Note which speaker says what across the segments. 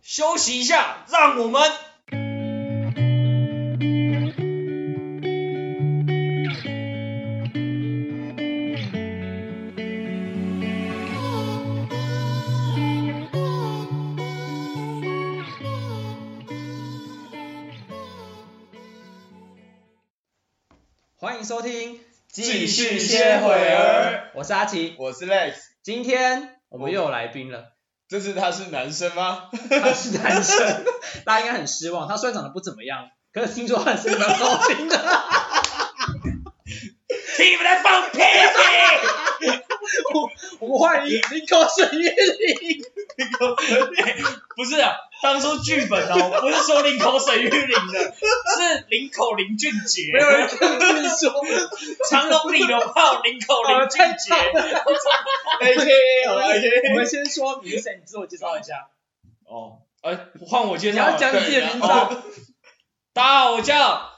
Speaker 1: 休息一下，让我们
Speaker 2: 欢迎收听，
Speaker 1: 继续歇会儿。
Speaker 2: 我是阿奇，
Speaker 3: 我是 Lex，
Speaker 2: 今天我们又有来宾 了，
Speaker 3: 这次他是男生吗？
Speaker 2: 他是男生，大家应该很失望。他虽然长得不怎么样，可是听说他的声音蛮好听的。
Speaker 1: 听你们在放屁！
Speaker 2: 我欢迎林口声乐林，
Speaker 1: 不是啊，当初剧本啊，我不是说林口沈玉玲的，是林口林俊杰，
Speaker 2: 没有人这么说。
Speaker 1: 长隆李荣浩，林口林俊 杰。
Speaker 3: A K A 好，A K
Speaker 2: 我
Speaker 3: A。
Speaker 2: 们先说你是谁，你自我介绍一下。
Speaker 1: 哦，哎、换我介
Speaker 2: 你
Speaker 1: 绍
Speaker 2: 要
Speaker 1: 了。
Speaker 2: 讲你自己的名字啊。
Speaker 1: 哦大家好，我叫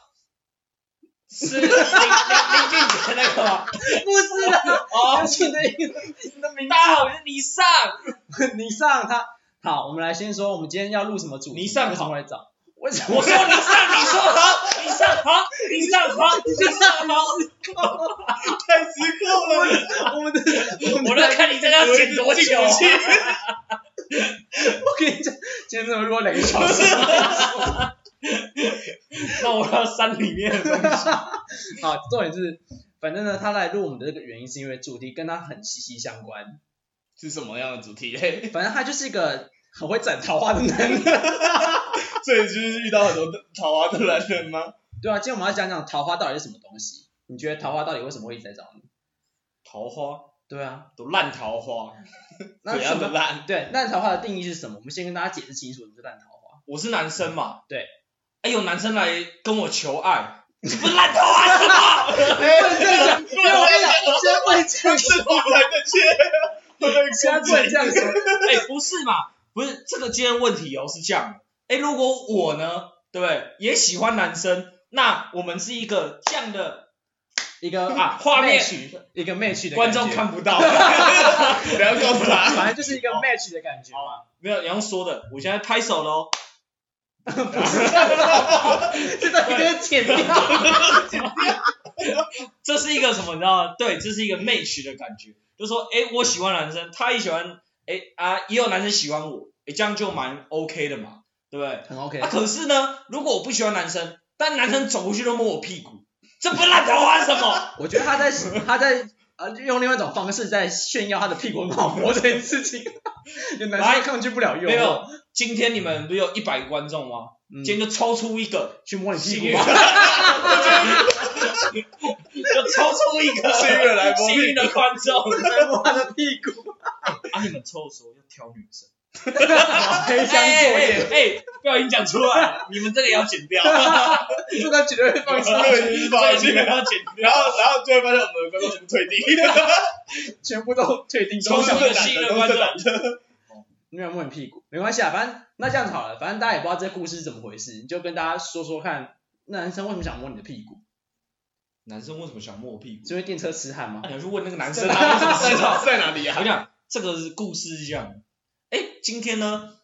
Speaker 1: 是林林林俊杰那个吗？
Speaker 2: 不是啊，
Speaker 1: 哦，
Speaker 2: 是的，你的名
Speaker 1: 大家好，我是倪尚。
Speaker 2: 字。你上他。好，我们来先说，我们今天要录什么主题？
Speaker 1: 你上
Speaker 2: 为什么来找？为什么
Speaker 1: 我说倪尚，你说好，倪尚好，倪尚好，倪尚好。
Speaker 3: 太失控了，
Speaker 2: 我们的
Speaker 1: 我在看你这个要剪多久、啊。
Speaker 2: 我跟你讲，今天怎么录两个小时？
Speaker 1: 那我要删里面的东西。
Speaker 2: 好，重点是，反正呢，他来录我们的这个原因是因为主题跟他很息息相关。
Speaker 3: 是什么样的主题？嘿
Speaker 2: 反正他就是一个很会斩桃花的男人。
Speaker 3: 所以就是遇到很多桃花 的男人吗？
Speaker 2: 对啊，今天我们要讲讲桃花到底是什么东西？你觉得桃花到底为什么会一直在找你？
Speaker 3: 桃花
Speaker 2: 对啊，
Speaker 3: 都烂桃花，
Speaker 2: 那
Speaker 3: 怎
Speaker 2: 什
Speaker 3: 样的
Speaker 2: 么？
Speaker 3: 烂？
Speaker 2: 对，烂桃花的定义是什么？我们先跟大家解释清楚什么是烂桃花。
Speaker 1: 我是哎男生嘛，
Speaker 2: 对。
Speaker 1: 哎，有男生来跟我求爱，你不是烂桃花是吗？
Speaker 2: 不能这样讲，因为我跟你讲，现在不能这样
Speaker 3: 这都不太正确，会被
Speaker 2: 现在
Speaker 3: 攻
Speaker 2: 不能
Speaker 3: 击
Speaker 2: 这。样说。
Speaker 1: 哎，不是嘛，不是这个今天问题哦是这样的。哎，如果我呢，对不对，也喜欢男生，那我们是一个这样的
Speaker 2: 一个
Speaker 1: 啊画面
Speaker 2: match，一个 match 的
Speaker 1: 观众
Speaker 2: 感觉
Speaker 1: 看不到，
Speaker 3: 不要告诉
Speaker 2: 反
Speaker 3: 他，
Speaker 2: 正就是一个 match 的感觉嘛。
Speaker 1: 没有你要说的，我现在拍手喽。
Speaker 2: 这段一定要剪掉。
Speaker 1: 这是一个什么？你知道吗？对，这是一个 match 的感觉，就说，哎，我喜欢男生，他也喜欢，哎啊，也有男生喜欢我，哎，这样就蛮 OK 的嘛，对不对？
Speaker 2: 很 OK
Speaker 1: 啊，可是呢，如果我不喜欢男生，但男生走过去都摸我屁股，这不烂桃花是什么？
Speaker 2: 我觉得他在他在呃用另外一种方式在炫耀他的屁股很好摸这件事 情， 有男生抗拒不了诱惑，
Speaker 1: 没有，今天你们不是有一百个观众吗？
Speaker 2: 嗯，
Speaker 1: 今天就抽出一个，
Speaker 2: 去摸你屁
Speaker 1: 幸
Speaker 2: 股
Speaker 1: 运，
Speaker 2: 吧。
Speaker 1: 就抽出一个
Speaker 3: 幸运来摸
Speaker 1: 幸运的观众。
Speaker 2: 再摸他的屁股，
Speaker 1: 啊，你们抽的时候要挑女生，
Speaker 2: 黑箱作
Speaker 1: 哎
Speaker 2: 业，，
Speaker 1: 哎哎不小心讲出来，你们这个也要剪掉，
Speaker 2: 这段绝对会放上，
Speaker 3: 对，就是放
Speaker 1: 这个
Speaker 3: 进
Speaker 1: 你们
Speaker 3: 来。
Speaker 1: 要剪掉。
Speaker 3: 然后，然后就会发现我们的观众全部退订，
Speaker 2: 全部都退订
Speaker 1: 从
Speaker 2: 中
Speaker 1: 小
Speaker 2: 奖
Speaker 1: 就。吸引了观众
Speaker 2: 没有人摸你屁股，没关系啊，反正那这样子好了，反正大家也不知道这故事是怎么回事，你就跟大家说说看，那男生为什么想摸你的屁股？
Speaker 1: 男生为什么想摸我屁股？
Speaker 2: 是因为电车痴汉吗
Speaker 1: 那？你要去问那个男生啊，为什么
Speaker 3: 在
Speaker 1: 知道？
Speaker 3: 哪在哪里
Speaker 1: 我
Speaker 3: 啊？
Speaker 1: 讲这个是故事是这样的，哎，今天呢，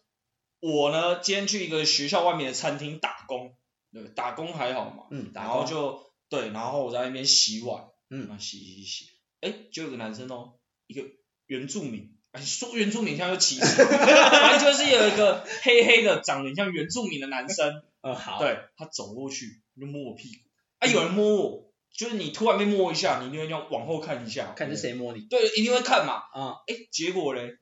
Speaker 1: 我呢今天去一个学校外面的餐厅打工，对，打工还好嘛，
Speaker 2: 嗯，打
Speaker 1: 然
Speaker 2: 工
Speaker 1: 后就对，然后我在那边洗碗，
Speaker 2: 嗯
Speaker 1: 那洗洗洗，哎，就有个男生哦，一个原住民。哎，说原住民像就歧视，反正就是有一个黑黑的，长得很像原住民的男生，
Speaker 2: 呃好，
Speaker 1: 对他走过去就摸我屁股，啊，有人摸我，就是你突然被摸一下，你一定会这样往后看一下，
Speaker 2: 看是谁摸你
Speaker 1: 对，一定会看嘛。
Speaker 2: 啊、
Speaker 1: 哎，结果嘞，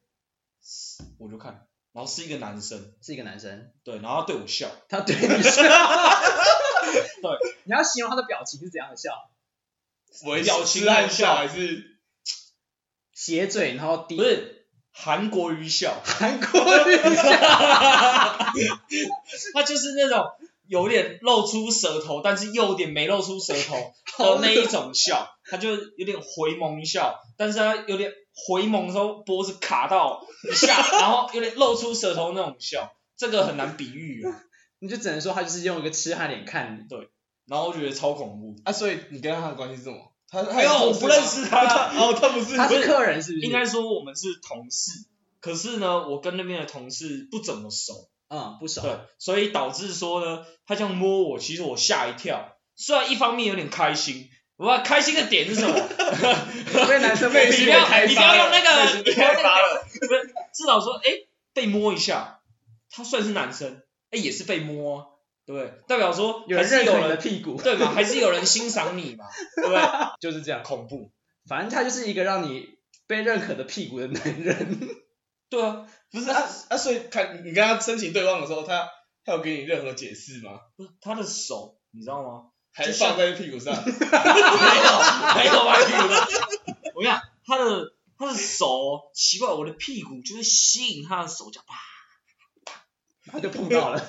Speaker 1: 我就看，然后是一个男生，
Speaker 2: 是一个男生，
Speaker 1: 对，然后他对我笑，
Speaker 2: 他对 你笑，对， 你要形容他的表情是怎样的笑，
Speaker 3: 微
Speaker 1: 表情
Speaker 3: 痴汉
Speaker 1: 很像
Speaker 3: 笑还是
Speaker 2: 斜嘴，然后低
Speaker 1: 不是韩国语笑，
Speaker 2: 韩国女笑，
Speaker 1: 他就是那种有点露出舌头，但是又有点没露出舌头的那一种笑，他就有点回眸一笑，但是他有点回眸的时候脖子卡到一下，然后有点露出舌头那种笑，这个很难比喻啊。
Speaker 2: 你就只能说他就是用一个痴汉脸看你，
Speaker 1: 然后我觉得超恐怖，
Speaker 3: 啊？所以你跟他的关系是什么？他
Speaker 1: 没有，我不认。识他啦。
Speaker 3: 他有同事吗哦，他不是
Speaker 2: 他是客人是不是？
Speaker 1: 应该说我们是同事，可是呢，我跟那边的同事不怎么熟，
Speaker 2: 嗯，不少。
Speaker 1: 对，所以导致说呢，他这样摸我，其实我吓一跳，虽然一方面有点开心，我开心的点是什么？
Speaker 2: 被男生被
Speaker 1: 你
Speaker 2: 逼
Speaker 1: 不
Speaker 2: 的
Speaker 1: 要
Speaker 2: 开
Speaker 1: 你不要
Speaker 2: 发
Speaker 1: 用
Speaker 2: 了。
Speaker 1: 那个，
Speaker 3: 内
Speaker 1: 你
Speaker 3: 心
Speaker 1: 不要
Speaker 3: 开
Speaker 1: 那个
Speaker 3: 发了，
Speaker 1: 不是，至少说，哎、被摸一下，他算是男生，哎、也是被摸啊，对不对？代表说
Speaker 2: 有
Speaker 1: 还
Speaker 2: 人
Speaker 1: 是
Speaker 2: 认
Speaker 1: 有
Speaker 2: 可你的
Speaker 1: 人，
Speaker 2: 屁股，
Speaker 1: 对嘛？还是有人欣赏你嘛，对不对？
Speaker 2: 就是这样。
Speaker 1: 恐怖，
Speaker 2: 反正他就是一个让你被认可的屁股的男人。
Speaker 1: 对啊，
Speaker 3: 不是啊啊，所以看你跟他申请对方的时候，他他有给你任何解释吗？
Speaker 1: 不是他的手，你知道吗？
Speaker 3: 还
Speaker 1: 就是像
Speaker 3: 放在屁股上？
Speaker 1: 没有，没有吧？我跟你讲，他的他的手，哦奇怪，我的屁股就会吸引他的手，这样啪。
Speaker 2: 他就碰到了，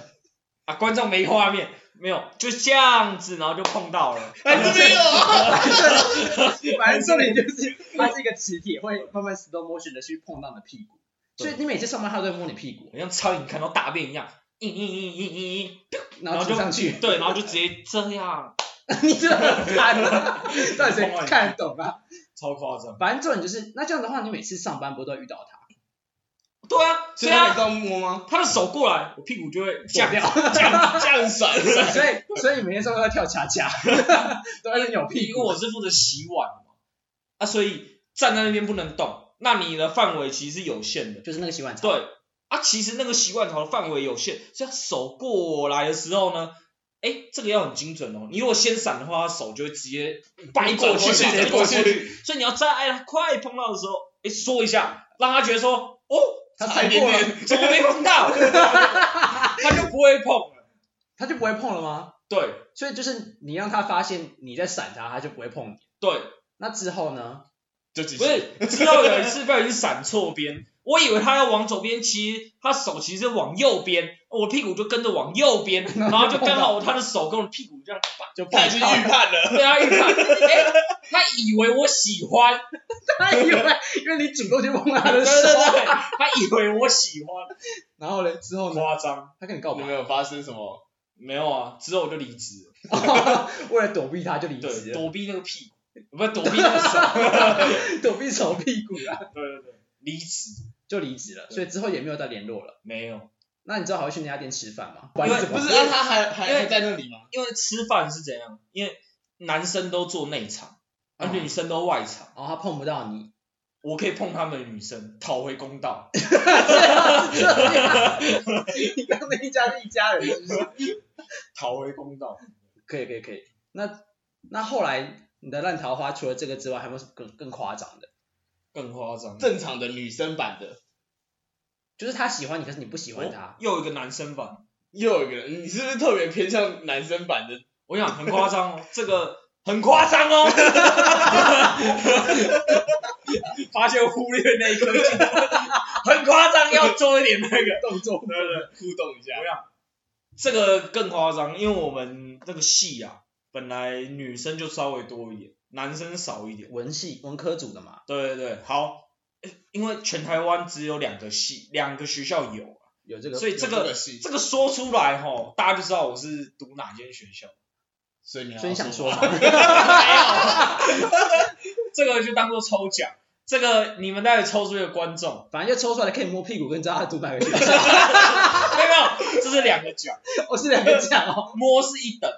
Speaker 1: 啊，观众没画面，没有，就这样子，然后就碰到了。
Speaker 3: 还是没有啊？
Speaker 2: 反正重点就是它是一个磁铁，会慢慢 slow motion 的去碰到你的屁股，所以你每次上班它都会摸你屁股，
Speaker 1: 很像苍蝇看到大便一样，嘤嘤嘤嘤嘤
Speaker 2: 然后
Speaker 1: 然后就
Speaker 2: 冲上去
Speaker 1: 嘤，，对，然后就直接这样，
Speaker 2: 你真的很惨啊！到底谁看得懂啊？
Speaker 1: 超夸张。
Speaker 2: 反正重点就是，那这样的话，你每次上班不都会遇到他，
Speaker 1: 对啊，对
Speaker 3: 所以他每
Speaker 1: 啊
Speaker 3: 次，都要摸吗？
Speaker 1: 他的手过来，我屁股就会
Speaker 2: 躲
Speaker 1: 降
Speaker 2: 掉。
Speaker 3: 这样这样很爽。
Speaker 2: 所以，所以你每天上班都要跳恰恰，都要扭屁
Speaker 1: 因为
Speaker 2: 股
Speaker 1: 我。是负责洗碗的嘛，啊，所以站在那边不能动，那你的范围其实是有限的。
Speaker 2: 就是那个洗碗槽，
Speaker 1: 对，啊，其实那个洗碗槽的范围有限，所以他手过来的时候呢，哎，这个要很精准哦。你如果先闪的话，他手就会直接掰过去，
Speaker 3: 转
Speaker 1: 直接
Speaker 3: 过
Speaker 1: 过
Speaker 3: 去
Speaker 1: 去。所以你要在哎呀快碰到的时候，哎说一下，让他觉得说哦，
Speaker 2: 他
Speaker 3: 差
Speaker 2: 踩
Speaker 3: 一点
Speaker 2: 过了，
Speaker 3: 点，
Speaker 1: 怎么没碰 到，他就不会碰了。
Speaker 2: 他就不会碰了吗？
Speaker 1: 对
Speaker 2: 所以就是你让他发现你在闪他，他就不会碰你。
Speaker 1: 对，
Speaker 2: 那之后呢？
Speaker 3: 就几
Speaker 1: 不是，之后有一次不小心闪错边，我以为他要往左边，其实他手其实往右边，我屁股就跟着往右 边，然后就刚好他的手跟我屁股这样把，
Speaker 2: 就碰
Speaker 3: 他已经预
Speaker 2: 到了
Speaker 3: 判了，
Speaker 1: 对他一看，哎，他以为我喜欢，
Speaker 2: 他以为因为你主动去碰他
Speaker 1: 对
Speaker 2: 的
Speaker 1: 对
Speaker 2: 手，
Speaker 1: 对，他以为我喜欢，
Speaker 2: 然后嘞，之后呢？
Speaker 1: 夸张，
Speaker 2: 他跟你告
Speaker 3: 有
Speaker 2: 白
Speaker 3: 没，有发生什么？
Speaker 1: 没有啊，之后我就离职了，
Speaker 2: 为了躲 避他就离职
Speaker 1: 对，
Speaker 2: 了，
Speaker 1: 躲避那个屁股，不是躲避那个手，
Speaker 2: 躲避手屁股啦，
Speaker 1: 对对对，离职
Speaker 2: 就离职了。
Speaker 1: 对
Speaker 2: 所以之后也没有再联络了。
Speaker 1: 没有。
Speaker 2: 那你知道还会去那家店吃饭吗？
Speaker 1: 因为
Speaker 2: 管你怎么
Speaker 3: 不是
Speaker 2: 办
Speaker 3: 啊，他还还
Speaker 1: 因为
Speaker 3: 还在那里吗？
Speaker 1: 因为吃饭是怎样？因为男生都做内场，而、
Speaker 2: 嗯
Speaker 1: 女生都外场。
Speaker 2: 哦，他碰不到 你，
Speaker 1: 我可以碰他们的女生，讨回公道。
Speaker 2: 这样你刚那一家是一家人，是不是？
Speaker 1: 讨回公道。
Speaker 2: 可以可以可以。那那后来你的烂桃花除了这个之外，还有没有什么更更夸张的？
Speaker 1: 更夸张，
Speaker 3: 正常的女生版的，
Speaker 2: 就是他喜欢你，可是你不喜欢他，
Speaker 1: 又有一个男生版，
Speaker 3: 又有一个人，你是不是特别偏向男生版的？
Speaker 1: 我想很夸张 哦，这个很夸张哦。 发现忽略那一颗镜头，很夸张，要做一点那个动作。对对对
Speaker 3: 互动一下，
Speaker 1: 这个更夸张，因为我们那个戏啊，本来女生就稍微多一点，男生少一点。
Speaker 2: 文系文科组的嘛，
Speaker 1: 对对对，好，诶因为全台湾只有两个系，两个学校有，啊
Speaker 2: 有这个，
Speaker 1: 所以这
Speaker 3: 有
Speaker 1: 个
Speaker 3: 戏，
Speaker 1: 这个说出来吼，大家就知道我是读哪间学校。
Speaker 3: 所以你要
Speaker 2: 所以你想说
Speaker 3: 吗
Speaker 2: 吗？
Speaker 1: 这个就当做抽奖，这个你们待会抽出一个观众，
Speaker 2: 反正就抽出来可以摸屁股，跟知道他读哪个学校。
Speaker 1: 没有没有，这是两个奖，
Speaker 2: 我是两个奖 哦，
Speaker 1: 摸是一等，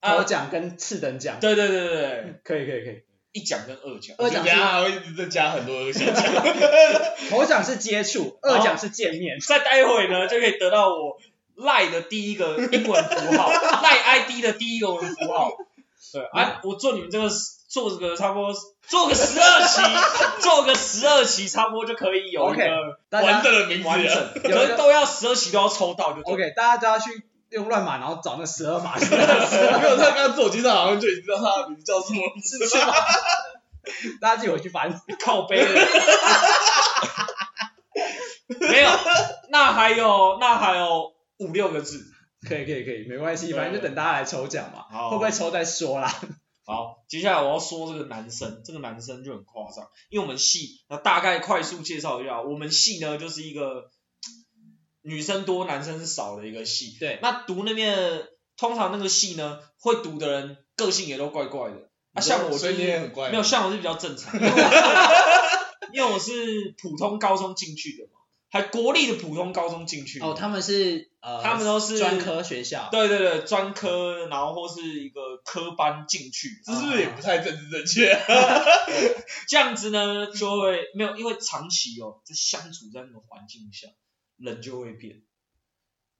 Speaker 2: 头
Speaker 1: 啊，
Speaker 2: 奖跟次等奖。
Speaker 1: 对对对对对，
Speaker 2: 可以可以可以。
Speaker 1: 一奖跟二奖，
Speaker 2: 二
Speaker 3: 等
Speaker 2: 奖
Speaker 3: 一下
Speaker 2: 是
Speaker 3: 还会一直在加很多小奖，
Speaker 2: 头奖是接触，二奖是见面。
Speaker 1: 在待会呢就可以得到我赖的第一个英文符 号，赖 ID 的第一个文符号。对
Speaker 2: 嗯
Speaker 1: 啊，我做你们这个做这个差不多做个十二 期，做个十二期差不多就可以有一个
Speaker 2: 大家
Speaker 3: 完整的名字
Speaker 1: 完
Speaker 3: 了。
Speaker 1: 整，
Speaker 2: 有一个
Speaker 1: 可是都要十二期都要抽到就对了。
Speaker 2: OK，大家都要去用乱码，然后找那十二 码。
Speaker 3: 没有，他刚刚自我介绍好像就已经知道他的名字叫什么了，
Speaker 2: 是是 吗？大家自己回去翻。
Speaker 1: 靠背了。 没有，那还有那还有五六个字。
Speaker 2: 可以可以可以，没关系，
Speaker 1: 对
Speaker 2: 反正就等大家来抽奖嘛，
Speaker 1: 好
Speaker 2: 会不会抽再说啦。
Speaker 1: 好，接下来我要说这个男生，这个男生就很夸张，因为我们系，那大概快速介绍一下，我们系呢就是一个嗯女生多男生少的一个系。
Speaker 2: 对
Speaker 1: 那读那边通常那个系呢，会读的人个性也都怪怪的。啊，像我、就是、
Speaker 3: 所以你也很怪
Speaker 1: 没有，像我是比较正常，因为我是因为我是普通高中进去的嘛，还国立的普通高中进去。
Speaker 2: 哦，他们是呃，
Speaker 1: 他们都是
Speaker 2: 专科学校，
Speaker 1: 对对对，专科，然后或是一个科班进去，
Speaker 3: 这是不是也不太政治正确？
Speaker 1: 这样子呢就会没有，因为长期哦，就相处在那个环境下，人就会变。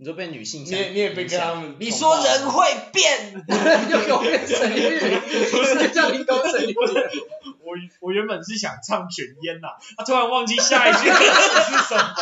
Speaker 2: 你就被女性
Speaker 3: 你
Speaker 2: 向
Speaker 3: 也你也被
Speaker 2: 影
Speaker 3: 跟
Speaker 2: 响
Speaker 3: 他们同化，
Speaker 1: 你说人会变，
Speaker 2: 又给我变成语，不是叫林工成语，
Speaker 1: 我我原本是想唱卷烟呐、他、突然忘记下一句 是什么，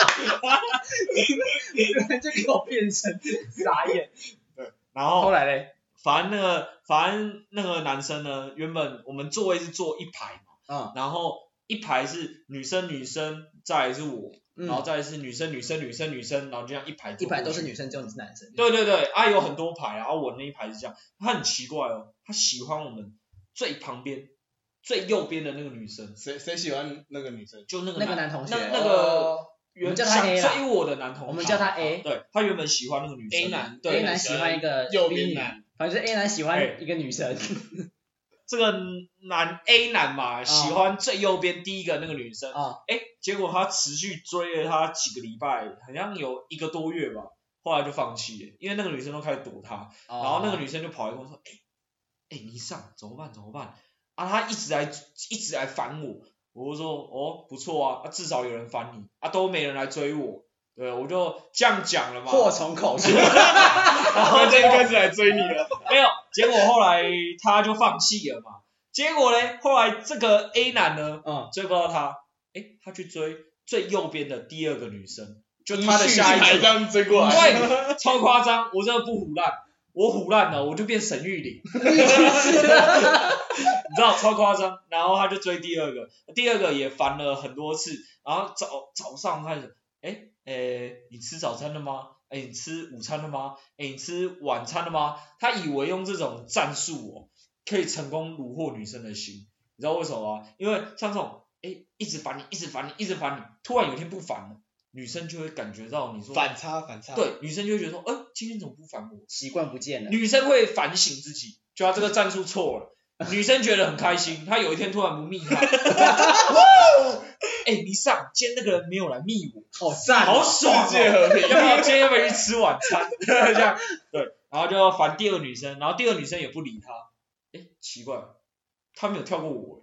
Speaker 2: 就给我变成。
Speaker 1: 傻眼。对，然后
Speaker 2: 后来嘞，
Speaker 1: 反正那个反正那个男生呢，原本我们座位是坐一排嘛，
Speaker 2: 嗯
Speaker 1: 然后一排是女生女生，再来是我，然后
Speaker 2: 嗯，
Speaker 1: 再来是女生女生女生女生，然后就这样一排坐
Speaker 2: 一排都
Speaker 1: 过
Speaker 2: 是
Speaker 1: 去
Speaker 2: 女生，只有你是男生。
Speaker 1: 对对对，啊有很多排啊，然后我那一排是这样，他很奇怪哦，他喜欢我们最旁边最右边的那个女生，
Speaker 3: 谁谁喜欢那个女生？
Speaker 1: 就那个
Speaker 2: 那个男同学
Speaker 1: 那那个
Speaker 3: 哦
Speaker 1: 原
Speaker 2: 我们叫他 A 啦
Speaker 1: 想追我的男同学，
Speaker 2: 我们叫他 A
Speaker 1: 对他原本喜欢那个女生
Speaker 3: A 男
Speaker 1: 对
Speaker 2: A 男喜欢一 个
Speaker 3: 右
Speaker 2: B
Speaker 3: 边
Speaker 2: 女
Speaker 3: 男，
Speaker 2: 反正就是 A 男喜欢一个女生，
Speaker 1: 这个男 A 男嘛，
Speaker 2: 嗯
Speaker 1: 喜欢最右边第一个那个女生，
Speaker 2: 啊
Speaker 1: 哎、结果他持续追了她几个礼拜，好像有一个多月吧，后来就放弃了，因为那个女生都开始躲他，
Speaker 2: 然
Speaker 1: 然后那个女生就跑来跟我说，哎、哎、你上怎么办怎么办？啊，他一直来一直来烦我，我就说哦不错啊，啊至少有人烦你，啊都没人来追我，对，我就这样讲了嘛，
Speaker 2: 祸从口出，
Speaker 1: 然后
Speaker 3: 他
Speaker 1: 结
Speaker 3: 就
Speaker 1: 果
Speaker 3: 开始来追你了。
Speaker 1: 没有，结果后来他就放弃了嘛。结果嘞，后来这个 A 男呢
Speaker 2: 嗯，
Speaker 1: 追不到他，诶，他去追最右边的第二个女生，就
Speaker 3: 一
Speaker 1: 他的
Speaker 3: 序
Speaker 1: 下一
Speaker 3: 排这
Speaker 1: 个，
Speaker 3: 样追过 来，
Speaker 1: 对，超夸张，我真的不胡乱，我胡乱了，我就变沈玉玲，你知道超夸张。然后他就追第二个，第二个也烦了很多次，然后早早上开始，诶，诶，你吃早餐了吗？诶，你吃午餐了吗？诶，你吃晚餐了吗？他以为用这种战术哦，可以成功虏获女生的心，你知道为什么吗？因为像这种，诶，一直烦你，一直烦你，一直烦你，突然有一天不烦了，女生就会感觉到你说
Speaker 3: 反差反差。，
Speaker 1: 对，女生就会觉得说，哎、今天怎么不烦我？
Speaker 2: 习惯不见了。
Speaker 1: 女生会反省自己，就她这个战术错了。女生觉得很开心，她有一天突然不密 他，哎、你上，今天那个人没有来密我，
Speaker 2: 好赞
Speaker 1: 好
Speaker 2: 哦，
Speaker 1: 爽、
Speaker 3: 世界
Speaker 1: 哦，
Speaker 3: 和
Speaker 1: 要
Speaker 3: 平。
Speaker 1: 不要今天要不要去吃晚餐？ 这样，对，然后就烦第二个女生，然后第二个女生也不理他，哎、奇怪，他没有跳过我、哎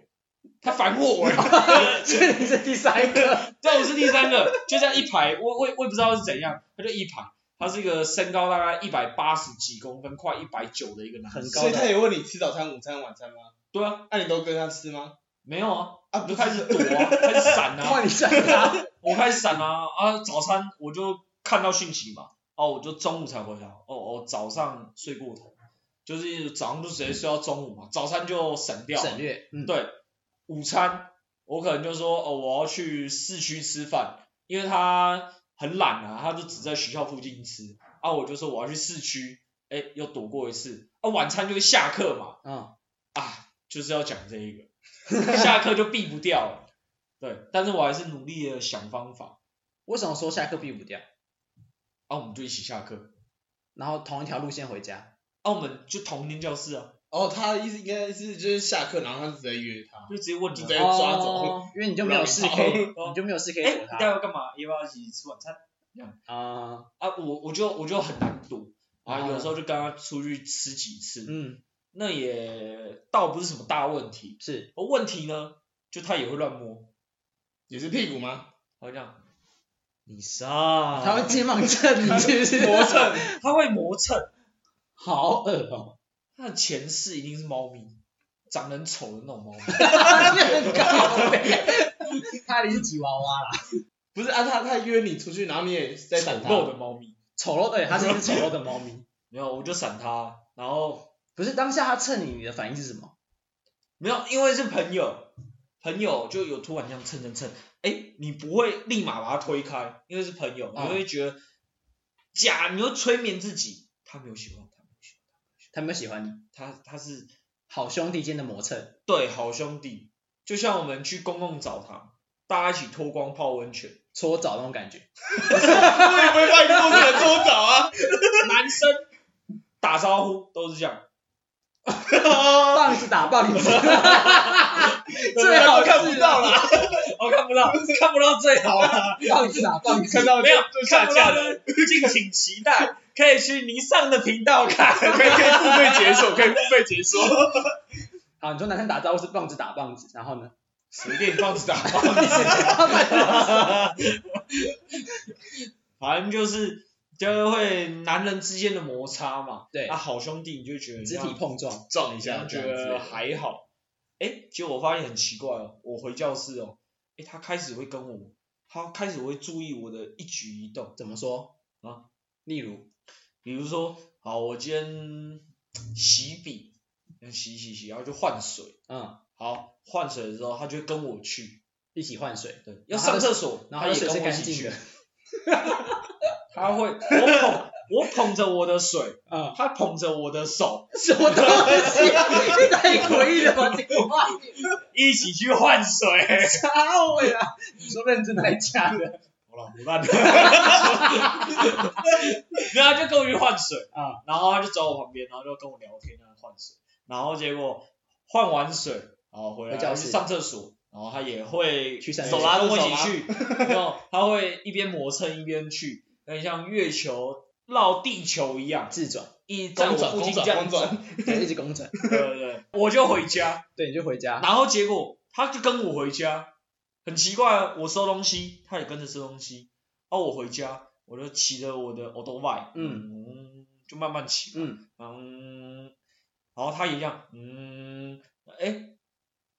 Speaker 1: 他烦我、哎
Speaker 2: 所以你是第三个，
Speaker 1: 对，我是第三个，就这样一排，我我也我也不知道是怎样，他就一排，他是一个身高大概一百八十几公分，快一百九的一个男
Speaker 2: 很
Speaker 1: 生。
Speaker 2: 高
Speaker 3: 所以他也问你吃早餐、午餐、晚餐吗？
Speaker 1: 对啊，
Speaker 3: 那你都跟他吃吗？
Speaker 1: 没有啊，
Speaker 3: 啊，
Speaker 1: 我就开始躲啊，开始闪啊，
Speaker 2: 换你上他。
Speaker 1: 我开始闪啊啊！早餐我就看到讯息嘛，哦，我就中午才回家，哦哦，早上睡过头，就是早上就直接睡到中午嘛，早餐就省掉了，
Speaker 2: 省略，嗯，
Speaker 1: 对，午餐我可能就说哦，我要去市区吃饭，因为他很懒啊，他就只在学校附近吃。啊，我就说我要去市区，哎，又躲过一次。啊，晚餐就是下课嘛，
Speaker 2: 嗯，
Speaker 1: 啊，就是要讲这一个，下课就避不掉了。对，但是我还是努力的想方法。
Speaker 2: 为什么说下课避不掉？
Speaker 1: 啊，我们就一起下课。
Speaker 2: 然后同一条路线回家，
Speaker 1: 啊，我们就同一间教室啊，
Speaker 3: 哦，他的意思应该是就是下课，然后他直接约他。
Speaker 1: 就直接问你
Speaker 3: 就，直
Speaker 1: 哎
Speaker 3: 接被抓走
Speaker 2: 哦，因为你就没有事可以，
Speaker 1: 跑
Speaker 2: 你就没有事可以
Speaker 1: 你
Speaker 2: 躲
Speaker 1: 待会
Speaker 2: 他
Speaker 1: 要干嘛？要不要一起吃晚餐？
Speaker 2: 啊，
Speaker 1: 啊，我我就我就很难躲啊，
Speaker 2: 哦
Speaker 1: 有时候就跟他出去吃几次，
Speaker 2: 嗯，
Speaker 1: 那也倒不是什么大问题。
Speaker 2: 是
Speaker 1: 而问题呢，就他也会乱摸，
Speaker 3: 也是屁股吗？
Speaker 1: 好像 你上，
Speaker 2: 他会肩膀蹭你是不是？
Speaker 3: 磨蹭，
Speaker 1: 他会磨蹭，
Speaker 2: 好恶哦，
Speaker 1: 他的前世一定是猫咪，长得很丑的那种猫咪。
Speaker 2: 他里是吉娃娃啦，
Speaker 3: 不是啊，他他约你出去，然后你也在
Speaker 1: 丑
Speaker 3: 等
Speaker 1: 陋
Speaker 3: 他。
Speaker 1: 的猫咪。
Speaker 2: 丑陋对，他是一只丑陋的猫咪。
Speaker 1: 没有，我就闪他，然后
Speaker 2: 不是当下他蹭你，你的反应是什么？
Speaker 1: 没有，因为是朋友，朋友就有突然这样蹭蹭蹭，哎，你不会立马把他推开，因为是朋友，你
Speaker 2: 嗯
Speaker 1: 会觉得假，你会催眠自己，他没有喜欢他，没有喜
Speaker 2: 他没有喜欢你，
Speaker 1: 欢他，他他是
Speaker 2: 好兄弟间的磨蹭，
Speaker 1: 对好兄弟，就像我们去公共澡堂，大家一起脱光泡温泉，
Speaker 2: 搓澡那种感觉。
Speaker 3: 我也不会 帮你做这个搓澡啊。
Speaker 1: 男生打招呼都是这样，
Speaker 2: 棒子打 棒子，最
Speaker 3: 他
Speaker 2: 好
Speaker 3: 都看不到
Speaker 2: 了，
Speaker 3: 啦，
Speaker 1: 我哦看不到，看不到最好了，
Speaker 2: 棒子打 棒子
Speaker 3: 看，到
Speaker 1: 没有
Speaker 3: 就就
Speaker 1: 看
Speaker 3: 下
Speaker 1: 不
Speaker 3: 架
Speaker 1: 到
Speaker 3: 了，
Speaker 1: 就是敬请期待，可以去尼桑的频道看。
Speaker 3: 可以可以付费解锁，可以付费解锁，
Speaker 2: 好，你说男生打招呼是棒子打棒子，然后呢？
Speaker 1: 随便放子打 反正就是就会男人之间的摩擦嘛。
Speaker 2: 对
Speaker 1: 那好兄弟你就觉得
Speaker 2: 肢体碰撞，
Speaker 3: 撞一
Speaker 1: 这样
Speaker 3: 下，
Speaker 1: 觉得还好。哎，结果我发现很奇怪哦，我回教室哦，哎，他开始会跟我，他开始会注意我的一举一动。
Speaker 2: 怎么说
Speaker 1: 啊？
Speaker 2: 例如，
Speaker 1: 比如说，好，我今天洗笔，洗洗洗，然后就换水。
Speaker 2: 嗯，
Speaker 1: 好，换水的时候，他就会跟我去，
Speaker 2: 一起换水，
Speaker 1: 对，要
Speaker 2: 然后他
Speaker 1: 上
Speaker 2: 的
Speaker 1: 厕所，
Speaker 2: 然后
Speaker 1: 他
Speaker 2: 他
Speaker 1: 也跟
Speaker 2: 水是
Speaker 1: 我一
Speaker 2: 干
Speaker 1: 起
Speaker 2: 净
Speaker 1: 去
Speaker 2: 的。，
Speaker 1: 他会，我捧我捧着我的水，
Speaker 2: 嗯，
Speaker 1: 他捧着我的手，
Speaker 2: 什么东西？这太诡异了吧？这个话题，
Speaker 1: 一起去换水。
Speaker 2: 啥味啊？你说认真的在家的
Speaker 1: 我老不烂 的，然后他就跟我去换水，
Speaker 2: 啊？
Speaker 1: 然后他就走我旁边，然后就跟我聊天，然后换水，然后结果换完水，然后回来
Speaker 2: 回教
Speaker 1: 去
Speaker 2: 室
Speaker 1: 上厕所。然后他也会
Speaker 2: 去上厕
Speaker 1: 手
Speaker 2: 所
Speaker 1: 拉跟我一起去， 然后他会一边磨蹭一边去，有点像月球绕地球一样，
Speaker 2: 自转，
Speaker 1: 一在我
Speaker 3: 公转
Speaker 1: 附近
Speaker 3: 公转
Speaker 1: 这样
Speaker 3: 公转
Speaker 1: 转，
Speaker 2: 对，一直公转，
Speaker 1: 对对对，我就回家，
Speaker 2: 对，你就回家，
Speaker 1: 然后结果他就跟我回家，很奇怪啊，我收东西，他也跟着收东西，然后我回家，我就骑着我的 o d o b i 嗯，就慢慢骑，
Speaker 2: 嗯，
Speaker 1: 嗯，然后他也一样，嗯，哎，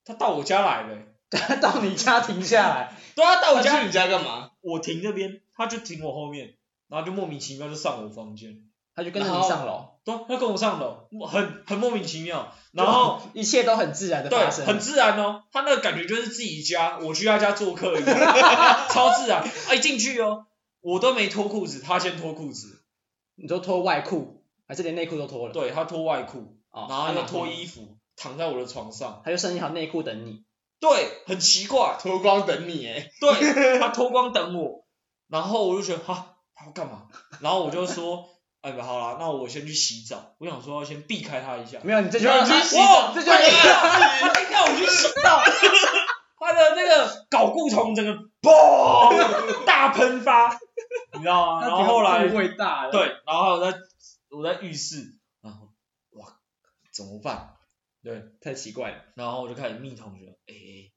Speaker 1: 他到我家来了、
Speaker 2: 他到你家停下来，
Speaker 1: 对啊，到我
Speaker 3: 我
Speaker 1: 家，
Speaker 3: 去你家干嘛？
Speaker 1: 我停这边，他就停我后面，然后就莫名其妙就上我房间，
Speaker 2: 他就跟着你上楼，
Speaker 1: 对啊、他跟我上楼，很很莫名其妙，然后。
Speaker 2: 一切都很自然的
Speaker 1: 对
Speaker 2: 发，生，
Speaker 1: 很自然哦，他那个感觉就是自己家，我去他家做客一 样，超自然。啊，一进去哦，我都没脱裤子，他先脱裤子，
Speaker 2: 你就脱外裤，还是连内裤都脱了？
Speaker 1: 对他脱外裤，
Speaker 2: 哦，
Speaker 1: 然后又脱
Speaker 2: 服，
Speaker 1: 衣服，躺在我的床上，
Speaker 2: 他就剩一条内裤等你，
Speaker 1: 对，很奇怪，
Speaker 3: 脱光等你哎，
Speaker 1: 对他脱光等我，然后我就觉得哈，他要干嘛？然后我就说， 哎，好啦，那我先去洗澡，我想说要先避开他一下，
Speaker 2: 没有，你这句
Speaker 3: 没
Speaker 2: 话，
Speaker 3: 有你去洗
Speaker 1: 哇，
Speaker 2: 这
Speaker 1: 这
Speaker 2: 句
Speaker 1: 就
Speaker 2: 话
Speaker 1: 他一看我去洗澡， 他的那个睾固酮整个嘣大喷发，你知道吗？然后后来
Speaker 2: 误会大了，，
Speaker 1: 对，然后我在我在浴室，然后哇怎么办？对，
Speaker 2: 太奇怪了，
Speaker 1: 然后我就开始密同学，哎、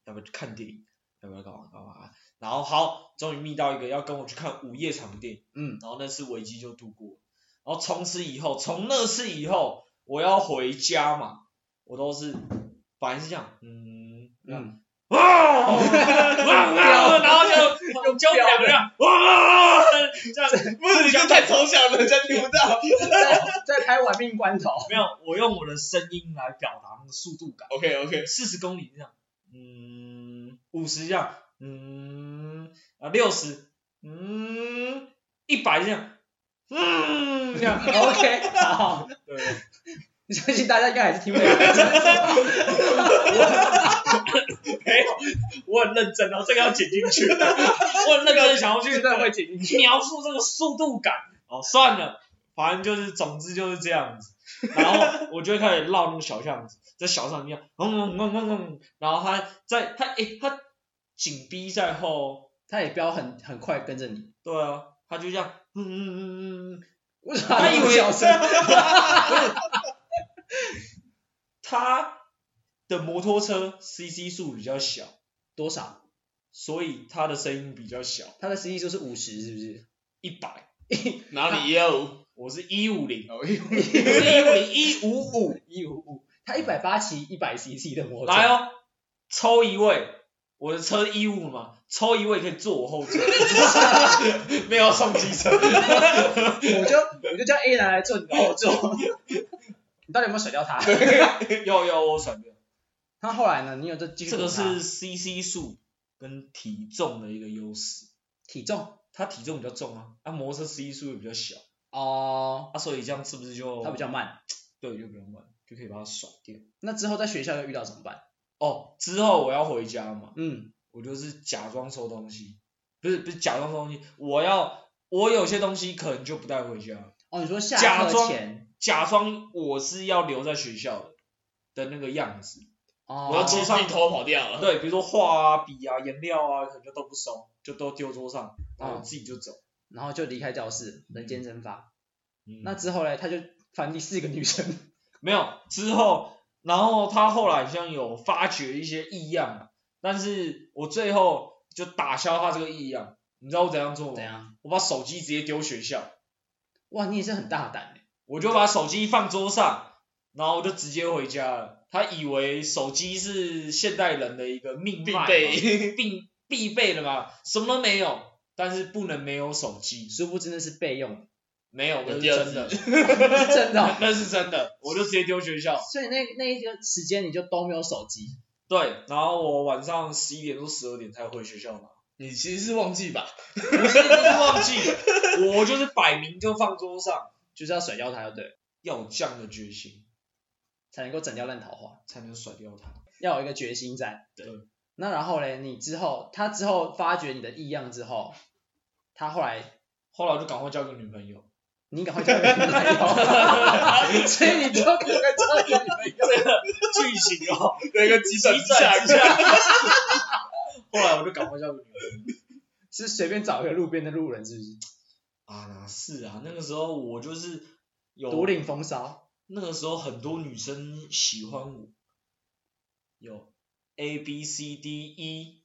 Speaker 1: 要不要去看电影？要不要干嘛干嘛？然后好，终于密到一个要跟我去看午夜场的电影，
Speaker 2: 嗯，
Speaker 1: 然后那次危机就度过了。然后从此以后，从那次以后，我要回家嘛，我都是反正是这样，嗯，嗯，
Speaker 2: 嗯，
Speaker 1: 哇，哇哇然后 就就就两个人哇，这样
Speaker 3: 不是你这太抽象了，人家听不
Speaker 2: 在
Speaker 3: 到。
Speaker 2: 在开玩命关头，
Speaker 1: 没有，我用我的声音来表达那个速度感。
Speaker 3: OK OK，
Speaker 1: 四十公里这样，嗯，五十这样，嗯，啊六十，嗯，一百这样，嗯，这样，
Speaker 2: OK，好，
Speaker 1: 对，哎
Speaker 2: 相信大家应该还是听不了，
Speaker 1: 没有，我很认真哦，这个要剪进去， 我很认真地想要去
Speaker 2: 这段会剪进去，
Speaker 1: 描述这个速度感。哦，算了，反正就是，总之就是这样子。然后我就会开始绕那个小巷子，在小巷子一嗯样，嗡嗡嗡嗡嗡，然后他在他诶、他紧逼在后，
Speaker 2: 他也飙很很快跟着你，
Speaker 1: 对啊，他就这样，嗯嗯嗯嗯嗯，
Speaker 2: 为什么
Speaker 1: 他以为
Speaker 2: 小声？
Speaker 1: 他的摩托车 CC 数比较小，
Speaker 2: 多少？
Speaker 1: 所以他的声音比较小，
Speaker 2: 他的实际数是五十，是不是？
Speaker 1: 一百，
Speaker 3: 哪里有？
Speaker 1: 我是一五零，
Speaker 3: 哦有
Speaker 1: 我是一五零一五五，
Speaker 2: 一五五，他一百八骑一百 CC 的摩托，
Speaker 1: 来哦，抽一位，我的车一五嘛，抽一位可以坐我后座， 没有要送机车，
Speaker 2: 我就我就叫 A 男来坐你的后座，你到底有没有甩掉他？
Speaker 1: 有有我闪掉，
Speaker 2: 他后来呢？你有这继续
Speaker 1: 这个
Speaker 2: 躲他
Speaker 1: 是 CC 数跟体重的一个优势，
Speaker 2: 体重
Speaker 1: 他体重比较重啊，他、摩托车 CC 数也比较小，
Speaker 2: 哦，
Speaker 1: 啊所以这样是不是就
Speaker 2: 他比较慢。
Speaker 1: 对就比较慢，就可以把它甩掉。
Speaker 2: 那之后在学校又遇到怎么办？
Speaker 1: 哦，之后我要回家嘛，
Speaker 2: 嗯，
Speaker 1: 我就是假装收东西，不是不是假装收东西，我要我有些东西可能就不带回家，
Speaker 2: 哦，你说
Speaker 1: 假
Speaker 2: 下课
Speaker 1: 装
Speaker 2: 前
Speaker 1: 假装我是要留在学校的，的那个样子。
Speaker 2: 哦
Speaker 3: 然后其实自己偷跑掉了。
Speaker 1: 对，比如说画啊、笔啊、颜料啊，可能就都不收，就都丢桌上，然
Speaker 2: 嗯
Speaker 1: 后自己就走。
Speaker 2: 然后就离开教室，人间蒸发。
Speaker 1: 嗯
Speaker 2: 那之后嘞，他就反正第四个女生，
Speaker 1: 没有之后，然后他后来好像有发觉一些异样啊，但是我最后就打消他这个异样。你知道我怎样做
Speaker 2: 怎
Speaker 1: 吗？
Speaker 2: 样？
Speaker 1: 我把手机直接丢学校，
Speaker 2: 哇，你也是很大胆欸
Speaker 1: 我就把手机放桌上，然后我就直接回家了。他以为手机是现代人的一个命
Speaker 3: 必
Speaker 1: 脉嘛，
Speaker 3: 备
Speaker 1: 必必备的嘛，什么都没有，但是不能没有手机。
Speaker 2: 殊不知那是备用，
Speaker 1: 没有，那
Speaker 3: 有
Speaker 1: 是
Speaker 3: 第二
Speaker 1: 真
Speaker 3: 次
Speaker 1: 的，
Speaker 2: 是真的哦、
Speaker 1: 那是真的，我就直接丢学校。
Speaker 2: 所以那那一个时间你就都没有手机，
Speaker 1: 对，然后我晚上十一点或十二点才回学校嘛，
Speaker 3: 你其实是忘记吧？
Speaker 1: 不是就是忘记，我就是摆明就放桌上，
Speaker 2: 就是要甩掉它，就对了，
Speaker 1: 要有这样的决心
Speaker 2: 才能够整掉烂桃花，
Speaker 1: 才能甩掉他。
Speaker 2: 要有一个决心在。
Speaker 1: 对。
Speaker 2: 那然后嘞，你之后他之后发觉你的异样之后，他后来
Speaker 1: 后来我就赶快交个女朋友，
Speaker 2: 你赶快交一个女朋友， 所以你就赶快交一个女朋友。
Speaker 1: 这个剧情哦，
Speaker 3: 有一个急
Speaker 1: 急
Speaker 3: 转直下
Speaker 1: 转直下。后来我就赶快交个女朋友。
Speaker 2: 是随便找一个路边的路人，是不是？
Speaker 1: 啊，哪是啊？那个时候我就是有
Speaker 2: 独领风骚，
Speaker 1: 那个时候很多女生喜欢我，有 A B C D E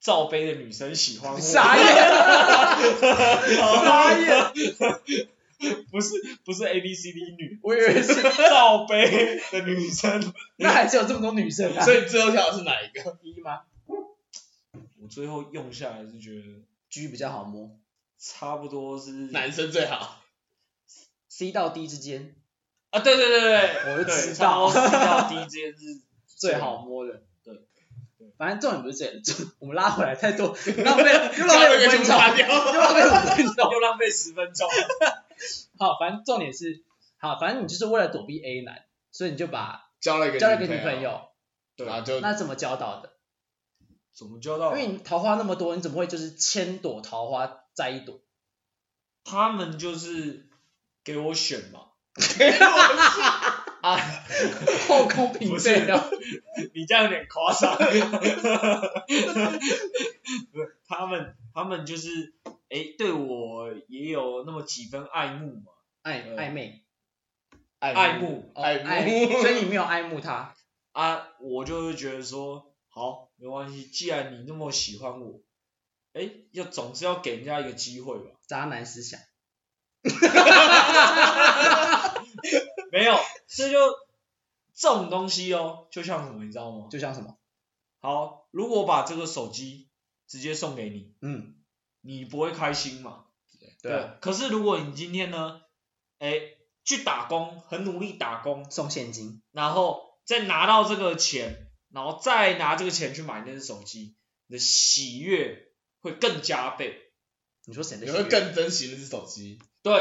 Speaker 1: 罩杯的女生喜欢我，
Speaker 2: 傻眼， 傻眼，
Speaker 1: 不是不是 A B C D 女，
Speaker 2: 我以 为是，
Speaker 1: 罩杯的女生。
Speaker 2: 那还是有这么多女生啊，
Speaker 3: 所以最后挑的是哪一个？
Speaker 2: 一吗
Speaker 1: 我最后用下来是觉得
Speaker 2: ？G 比较好摸
Speaker 1: 差不多是
Speaker 3: 男生最好。
Speaker 2: ，C 到 D 之间
Speaker 1: 啊，对对对对，
Speaker 2: 我就知
Speaker 1: 对，差
Speaker 2: 道
Speaker 1: 不多 C 到 D 之间是
Speaker 2: 最
Speaker 3: 嗯
Speaker 2: 好摸的。
Speaker 1: 对对，
Speaker 2: 反正重点不是这个，重 我们拉回来太多， 浪费又浪费五
Speaker 3: 全
Speaker 2: 分钟，
Speaker 3: 部擦
Speaker 2: 又
Speaker 3: 掉。
Speaker 2: 浪费五分钟。
Speaker 1: 又浪费十分钟。
Speaker 2: 好，反正重点是，好，反正你就是为了躲避 A 男，所以你就把
Speaker 3: 交了一个
Speaker 2: 交了一个女朋，友，
Speaker 1: 对啊
Speaker 3: 然后就
Speaker 2: 那怎么教导的？
Speaker 1: 怎么交到
Speaker 2: 因？为你桃花那么多，你怎么会就是千朵桃花摘一朵？
Speaker 1: 他们就是给我选嘛，
Speaker 2: 后宫嫔
Speaker 1: 不
Speaker 2: 妃
Speaker 1: 是
Speaker 2: 啊，
Speaker 1: 你这样有点夸 张。不是他们他们就是诶，对我也有那么几分爱慕嘛，
Speaker 2: 暧暧昧，
Speaker 1: 爱
Speaker 3: 爱慕。
Speaker 1: 慕
Speaker 2: 哦
Speaker 3: 嗯爱慕
Speaker 2: 所以你没有爱慕他，
Speaker 1: 啊，我就会觉得说，好，没关系，既然你那么喜欢我，诶，要总是要给人家一个机会吧。
Speaker 2: 渣男思想。
Speaker 1: 没有，这就这种东西哦，就像什么，你知道吗？
Speaker 2: 就像什么，
Speaker 1: 好，如果我把这个手机直接送给你，
Speaker 2: 嗯，
Speaker 1: 你不会开心嘛？
Speaker 2: 对啊，
Speaker 1: 可是如果你今天呢，哎，去打工，很努力打工，
Speaker 2: 送现金，
Speaker 1: 然后再拿到这个钱，然后再拿这个钱去买那只手机，你的喜悦会更加倍。
Speaker 2: 你说谁的
Speaker 3: 你
Speaker 2: 喜
Speaker 3: 会
Speaker 2: 悦？
Speaker 3: 更珍惜那只手机，
Speaker 1: 对，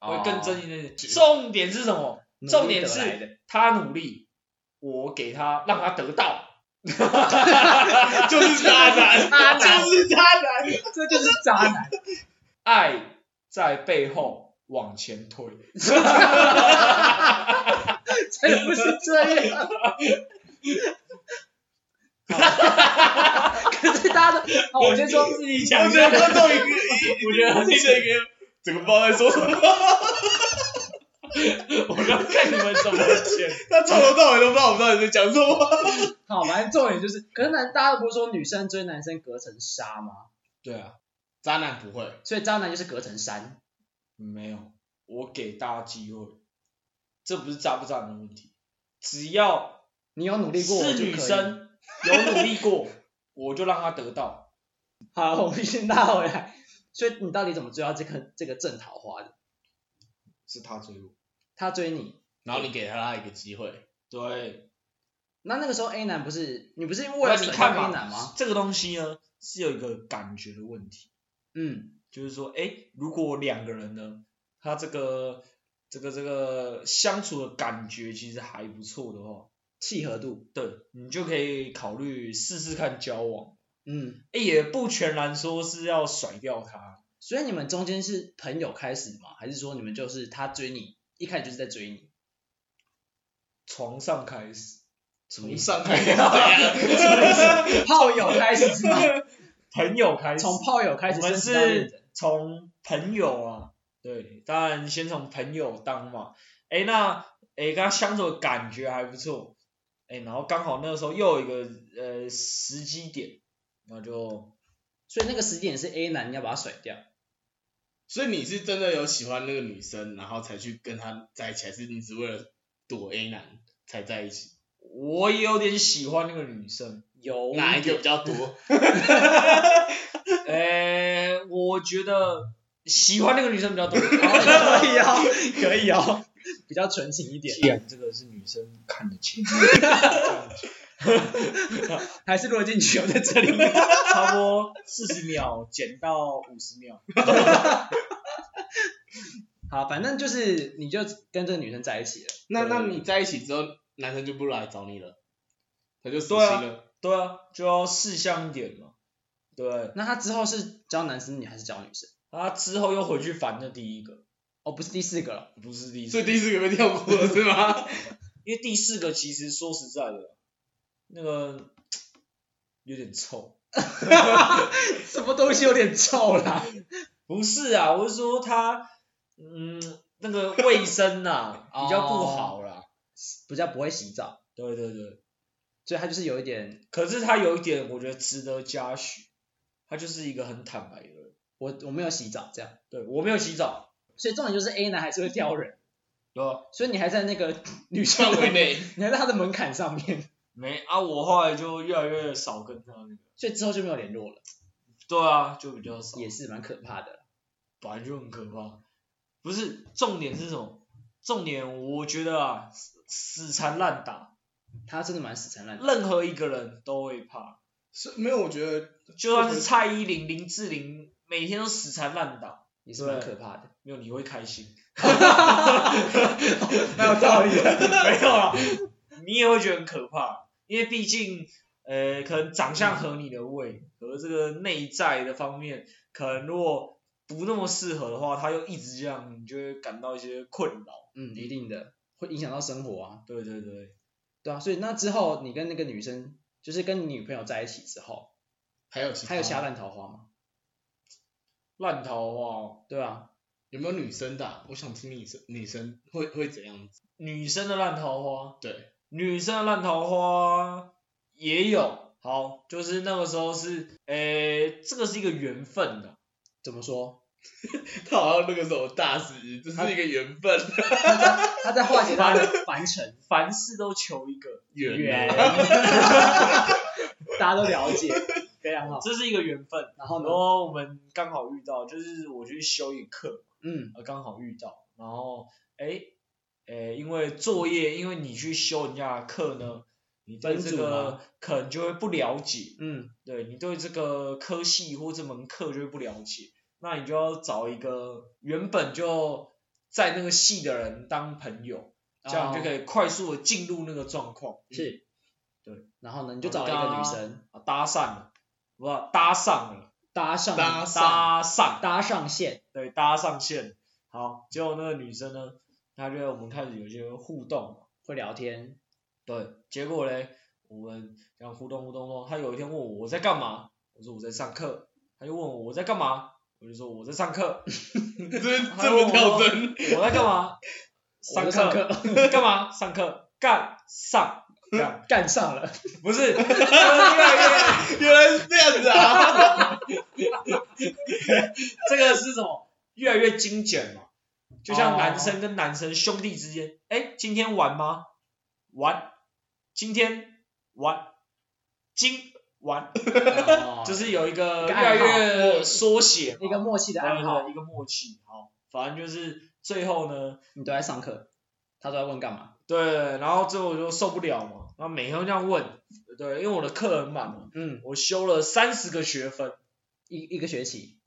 Speaker 2: 哦
Speaker 1: 会更珍惜那些。重点是什么？
Speaker 2: 努力
Speaker 1: 重点
Speaker 2: 得来的
Speaker 1: 是他努力，我给他让他得到。
Speaker 3: 就是渣男，
Speaker 2: 渣男
Speaker 3: 就是渣男。
Speaker 2: 这就是渣男，
Speaker 1: 爱在背后往前推。
Speaker 2: 才不是这样。 可是大家都，好，我先说，
Speaker 1: 自己
Speaker 3: 我
Speaker 1: 讲
Speaker 3: 觉得
Speaker 1: 的，
Speaker 3: 观众一个，我觉得他听了一个，整个不知道在说什么，
Speaker 1: 我要看你们怎么剪。
Speaker 3: 他从头到尾都不知道我们到底在讲什么。
Speaker 2: 好，反正重点就是，可是男，大家不是说女生追男生隔层纱吗？
Speaker 1: 对啊，
Speaker 3: 渣男不会，
Speaker 2: 所以渣男就是隔层山，
Speaker 1: 没有，我给大家机会，这不是渣不渣的问题，只要
Speaker 2: 你有努力过，我
Speaker 1: 是
Speaker 2: 就可以
Speaker 1: 女。生有努力过，我就让她得到。
Speaker 2: 好，我们先拉回来。所以你到底怎么追到这个这个正桃花的？
Speaker 1: 是她追我。
Speaker 2: 他追你，
Speaker 3: 然后你给他一个机会，
Speaker 1: 对，
Speaker 2: 那那个时候 A 男不是你不是为
Speaker 1: 那
Speaker 2: 了
Speaker 1: 你
Speaker 2: 甩
Speaker 1: 看
Speaker 2: 掉 A 男
Speaker 1: 嘛
Speaker 2: 吗？，
Speaker 1: 这个东西呢是有一个感觉的问题，
Speaker 2: 嗯，
Speaker 1: 就是说，哎，如果两个人呢，他这个这个这个相处的感觉其实还不错的话，
Speaker 2: 契合度，
Speaker 1: 对你就可以考虑试试看交往。
Speaker 2: 嗯，
Speaker 1: 欸也不全然说是要甩掉他，
Speaker 2: 所以你们中间是朋友开始的吗？还是说你们就是他追你，一开始就是在追你？
Speaker 1: 床上开 始，
Speaker 3: 从上海怎样？
Speaker 2: 炮友开始是吗？
Speaker 1: 朋友开始，
Speaker 2: 从炮友开始
Speaker 1: 我
Speaker 2: 升
Speaker 1: 们
Speaker 2: 级到恋人，
Speaker 1: 是从朋友啊，对，当然先从朋友当嘛。哎，那哎跟他相处的感觉还不错，哎，然后刚好那个时候又有一个呃时机点，那就
Speaker 2: 所以那个时间也是 A 男要把他甩掉。
Speaker 3: 所以你是真的有喜欢那个女生，然后才去跟她在一起，还是你只为了躲 A 男才在一起？
Speaker 1: 我也有点喜欢那个女生，
Speaker 2: 有
Speaker 3: 哪一 个比较多？
Speaker 1: 哎，我觉得喜欢那个女生比较多。
Speaker 2: 可以哦，可以哦， 啊比较纯情一点，
Speaker 1: 既然这个是女生看得清，
Speaker 2: 还是落进去我在这里。
Speaker 1: 差不多四十秒减到五十秒，
Speaker 2: 好，反正就是你就跟这个女生在一起了，
Speaker 3: 那
Speaker 1: 对
Speaker 3: 那你在一起之后，男生就不来找你了，他就死心
Speaker 1: 对啊
Speaker 3: 了。
Speaker 1: 对啊，就要事项一点嘛，对。
Speaker 2: 那他之后是教男生你还是教女生？
Speaker 1: 他之后又回去烦那第一个，
Speaker 2: 哦，不是第四个了，
Speaker 1: 不是第四
Speaker 3: 所以
Speaker 1: 个，
Speaker 3: 第四个被跳过了是吗？
Speaker 1: 因为第四个其实说实在的，那个有点臭。
Speaker 2: 什么东西有点臭啦？
Speaker 1: 不是啊，我是说他，嗯，那个卫生呐、
Speaker 2: 哦
Speaker 1: 比较不好啦。
Speaker 2: 比较不会洗澡，
Speaker 1: 对对对，
Speaker 2: 所以他就是有一点，
Speaker 1: 可是他有一点我觉得值得嘉许，他就是一个很坦白的人。
Speaker 2: 我我没有洗澡这样，
Speaker 1: 对我没有洗澡，
Speaker 2: 所以重点就是 A 男还是会挑人，
Speaker 1: 对吧？
Speaker 2: 所以你还在那个女生
Speaker 3: 范
Speaker 2: 的
Speaker 3: 围，内，
Speaker 2: 你还在他的门槛上面，
Speaker 1: 没啊，我后来就越来越少跟他那个。
Speaker 2: 所以之后就没有联络了，
Speaker 1: 对啊，就比较少。
Speaker 2: 也是蛮可怕的。
Speaker 1: 本来就很可怕。不是，重点是什么？重点我觉得啊，死死缠烂打，
Speaker 2: 他真的蛮死缠烂打，
Speaker 1: 任何一个人都会怕，
Speaker 3: 是没有，我觉得
Speaker 1: 就算是蔡依林、林志玲，每天都死缠烂打，
Speaker 2: 也是蛮可怕的，
Speaker 1: 没有你会开心，
Speaker 2: 蛮有道理的。
Speaker 1: 没有啊，你也会觉得很可怕，因为毕竟呃，可能长相合你的胃，和这个内在的方面，可能如果不那么适合的话，他又一直这样，你就会感到一些困扰。
Speaker 2: 嗯，一定的，会影响到生活啊。
Speaker 1: 对对对，
Speaker 2: 对啊，所以那之后你跟那个女生，就是跟你女朋友在一起之后，
Speaker 3: 还有其他
Speaker 2: 还有瞎烂桃花吗？
Speaker 1: 烂桃花、哦。
Speaker 2: 对啊，
Speaker 3: 有没有女生的啊、我想听女生女生会会怎样子？
Speaker 1: 女生的烂桃花，
Speaker 3: 对，
Speaker 1: 女生的烂桃花也有。好，就是那个时候是，诶、这个是一个缘分的，
Speaker 2: 怎么说？
Speaker 3: 他好像那个什么大师，这是一个缘分，
Speaker 2: 他在化解他的凡尘，
Speaker 1: 凡事都求一个，
Speaker 3: 缘、啊。
Speaker 2: 大家都了解，非常好。
Speaker 1: 这是一个缘分。
Speaker 2: 然后
Speaker 1: 然
Speaker 2: 呢？
Speaker 1: 后我们刚好遇到，就是我去修一课，
Speaker 2: 嗯，
Speaker 1: 呃，刚好遇到，然后，诶、诶、因为作业，因为你去修人家的课呢，你对
Speaker 2: 分
Speaker 1: 这
Speaker 2: 组
Speaker 1: 个
Speaker 2: 吗
Speaker 1: 可能就会不了解，
Speaker 2: 嗯，
Speaker 1: 对你对这个科系或这门课就会不了解，那你就要找一个原本就在那个系的人当朋友，这样你就可以快速的进入那个状况。
Speaker 2: 是，
Speaker 1: 对。
Speaker 2: 然后呢，你就找了一个女生
Speaker 1: 啊，搭讪了，不搭上了，
Speaker 2: 搭上
Speaker 3: 搭上，
Speaker 1: 搭上，
Speaker 2: 搭上线，
Speaker 1: 对，搭上线。好，结果那个女生呢，她就我们开始有一些互动嘛，
Speaker 2: 会聊天，
Speaker 1: 对，结果嘞，我们这样互动互动咯，他有一天问我我在干嘛，我说我在上课，他就问我我在干嘛，我就说我在上课，
Speaker 3: 这这么跳针，
Speaker 1: 我在干嘛？上课，
Speaker 2: 我在上课
Speaker 1: 干嘛？上课，干上干，
Speaker 2: 干上了，
Speaker 1: 不是，就是越来越
Speaker 3: 原来是这样子啊！
Speaker 1: 这个是什么？越来越精简嘛，就
Speaker 2: 哦
Speaker 1: 像男生跟男生兄弟之间，哎、今天玩吗？玩，今天玩，今玩，就
Speaker 2: 就是
Speaker 1: 是有一个
Speaker 2: 哦一
Speaker 1: 越
Speaker 2: 个
Speaker 1: 来
Speaker 2: 暗号
Speaker 1: 越缩写嘛，
Speaker 2: 一个默契的暗
Speaker 1: 然
Speaker 2: 号
Speaker 1: 后，一个默契。好，反正就是最后呢，
Speaker 2: 你都在上课，他都在问干嘛？
Speaker 1: 对，然后最后我就受不了嘛，然后每天都这样问，对，因为我的课很满嘛，
Speaker 2: 嗯，
Speaker 1: 我修了三十个学分，
Speaker 2: 一一个学期，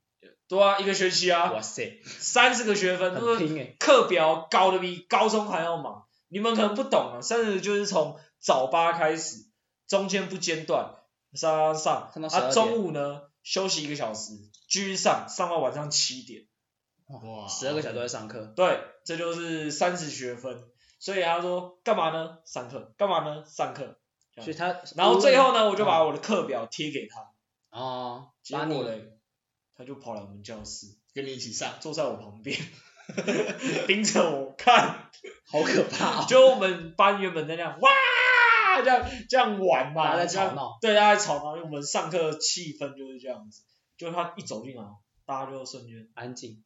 Speaker 1: 对啊，一个学期啊，
Speaker 2: 哇塞，
Speaker 1: 三十个学分，
Speaker 2: 很
Speaker 1: 就是
Speaker 2: 拼哎，
Speaker 1: 课表搞得比高中还要忙。你们可能不懂啊，三十就是从早八开始，中间不间断上上上，
Speaker 2: 上到12
Speaker 1: 啊
Speaker 2: 点
Speaker 1: 中午呢休息一个小时，继续上上到晚上七点。
Speaker 3: 哇
Speaker 1: 哦
Speaker 2: 十二个小时都在上课，
Speaker 1: 对，这就是三十学分。所以他说干嘛呢？上课，干嘛呢？上课。
Speaker 2: 所以他
Speaker 1: 然后最后呢，我就把我的课表贴给他，
Speaker 2: 哦，
Speaker 1: 结
Speaker 2: 把你
Speaker 1: 果嘞，他就跑来我们教室，
Speaker 3: 跟你一起上，
Speaker 1: 坐在我旁 边，盯着我看，
Speaker 2: 好可怕、哦，
Speaker 1: 就我们班原本在那样哇这样这样玩嘛，
Speaker 2: 大家在
Speaker 1: 这样
Speaker 2: 吵闹，
Speaker 1: 对，大家在吵闹，因为我们上课气氛就是这样子。就他一走进来，大家就瞬间
Speaker 2: 安静，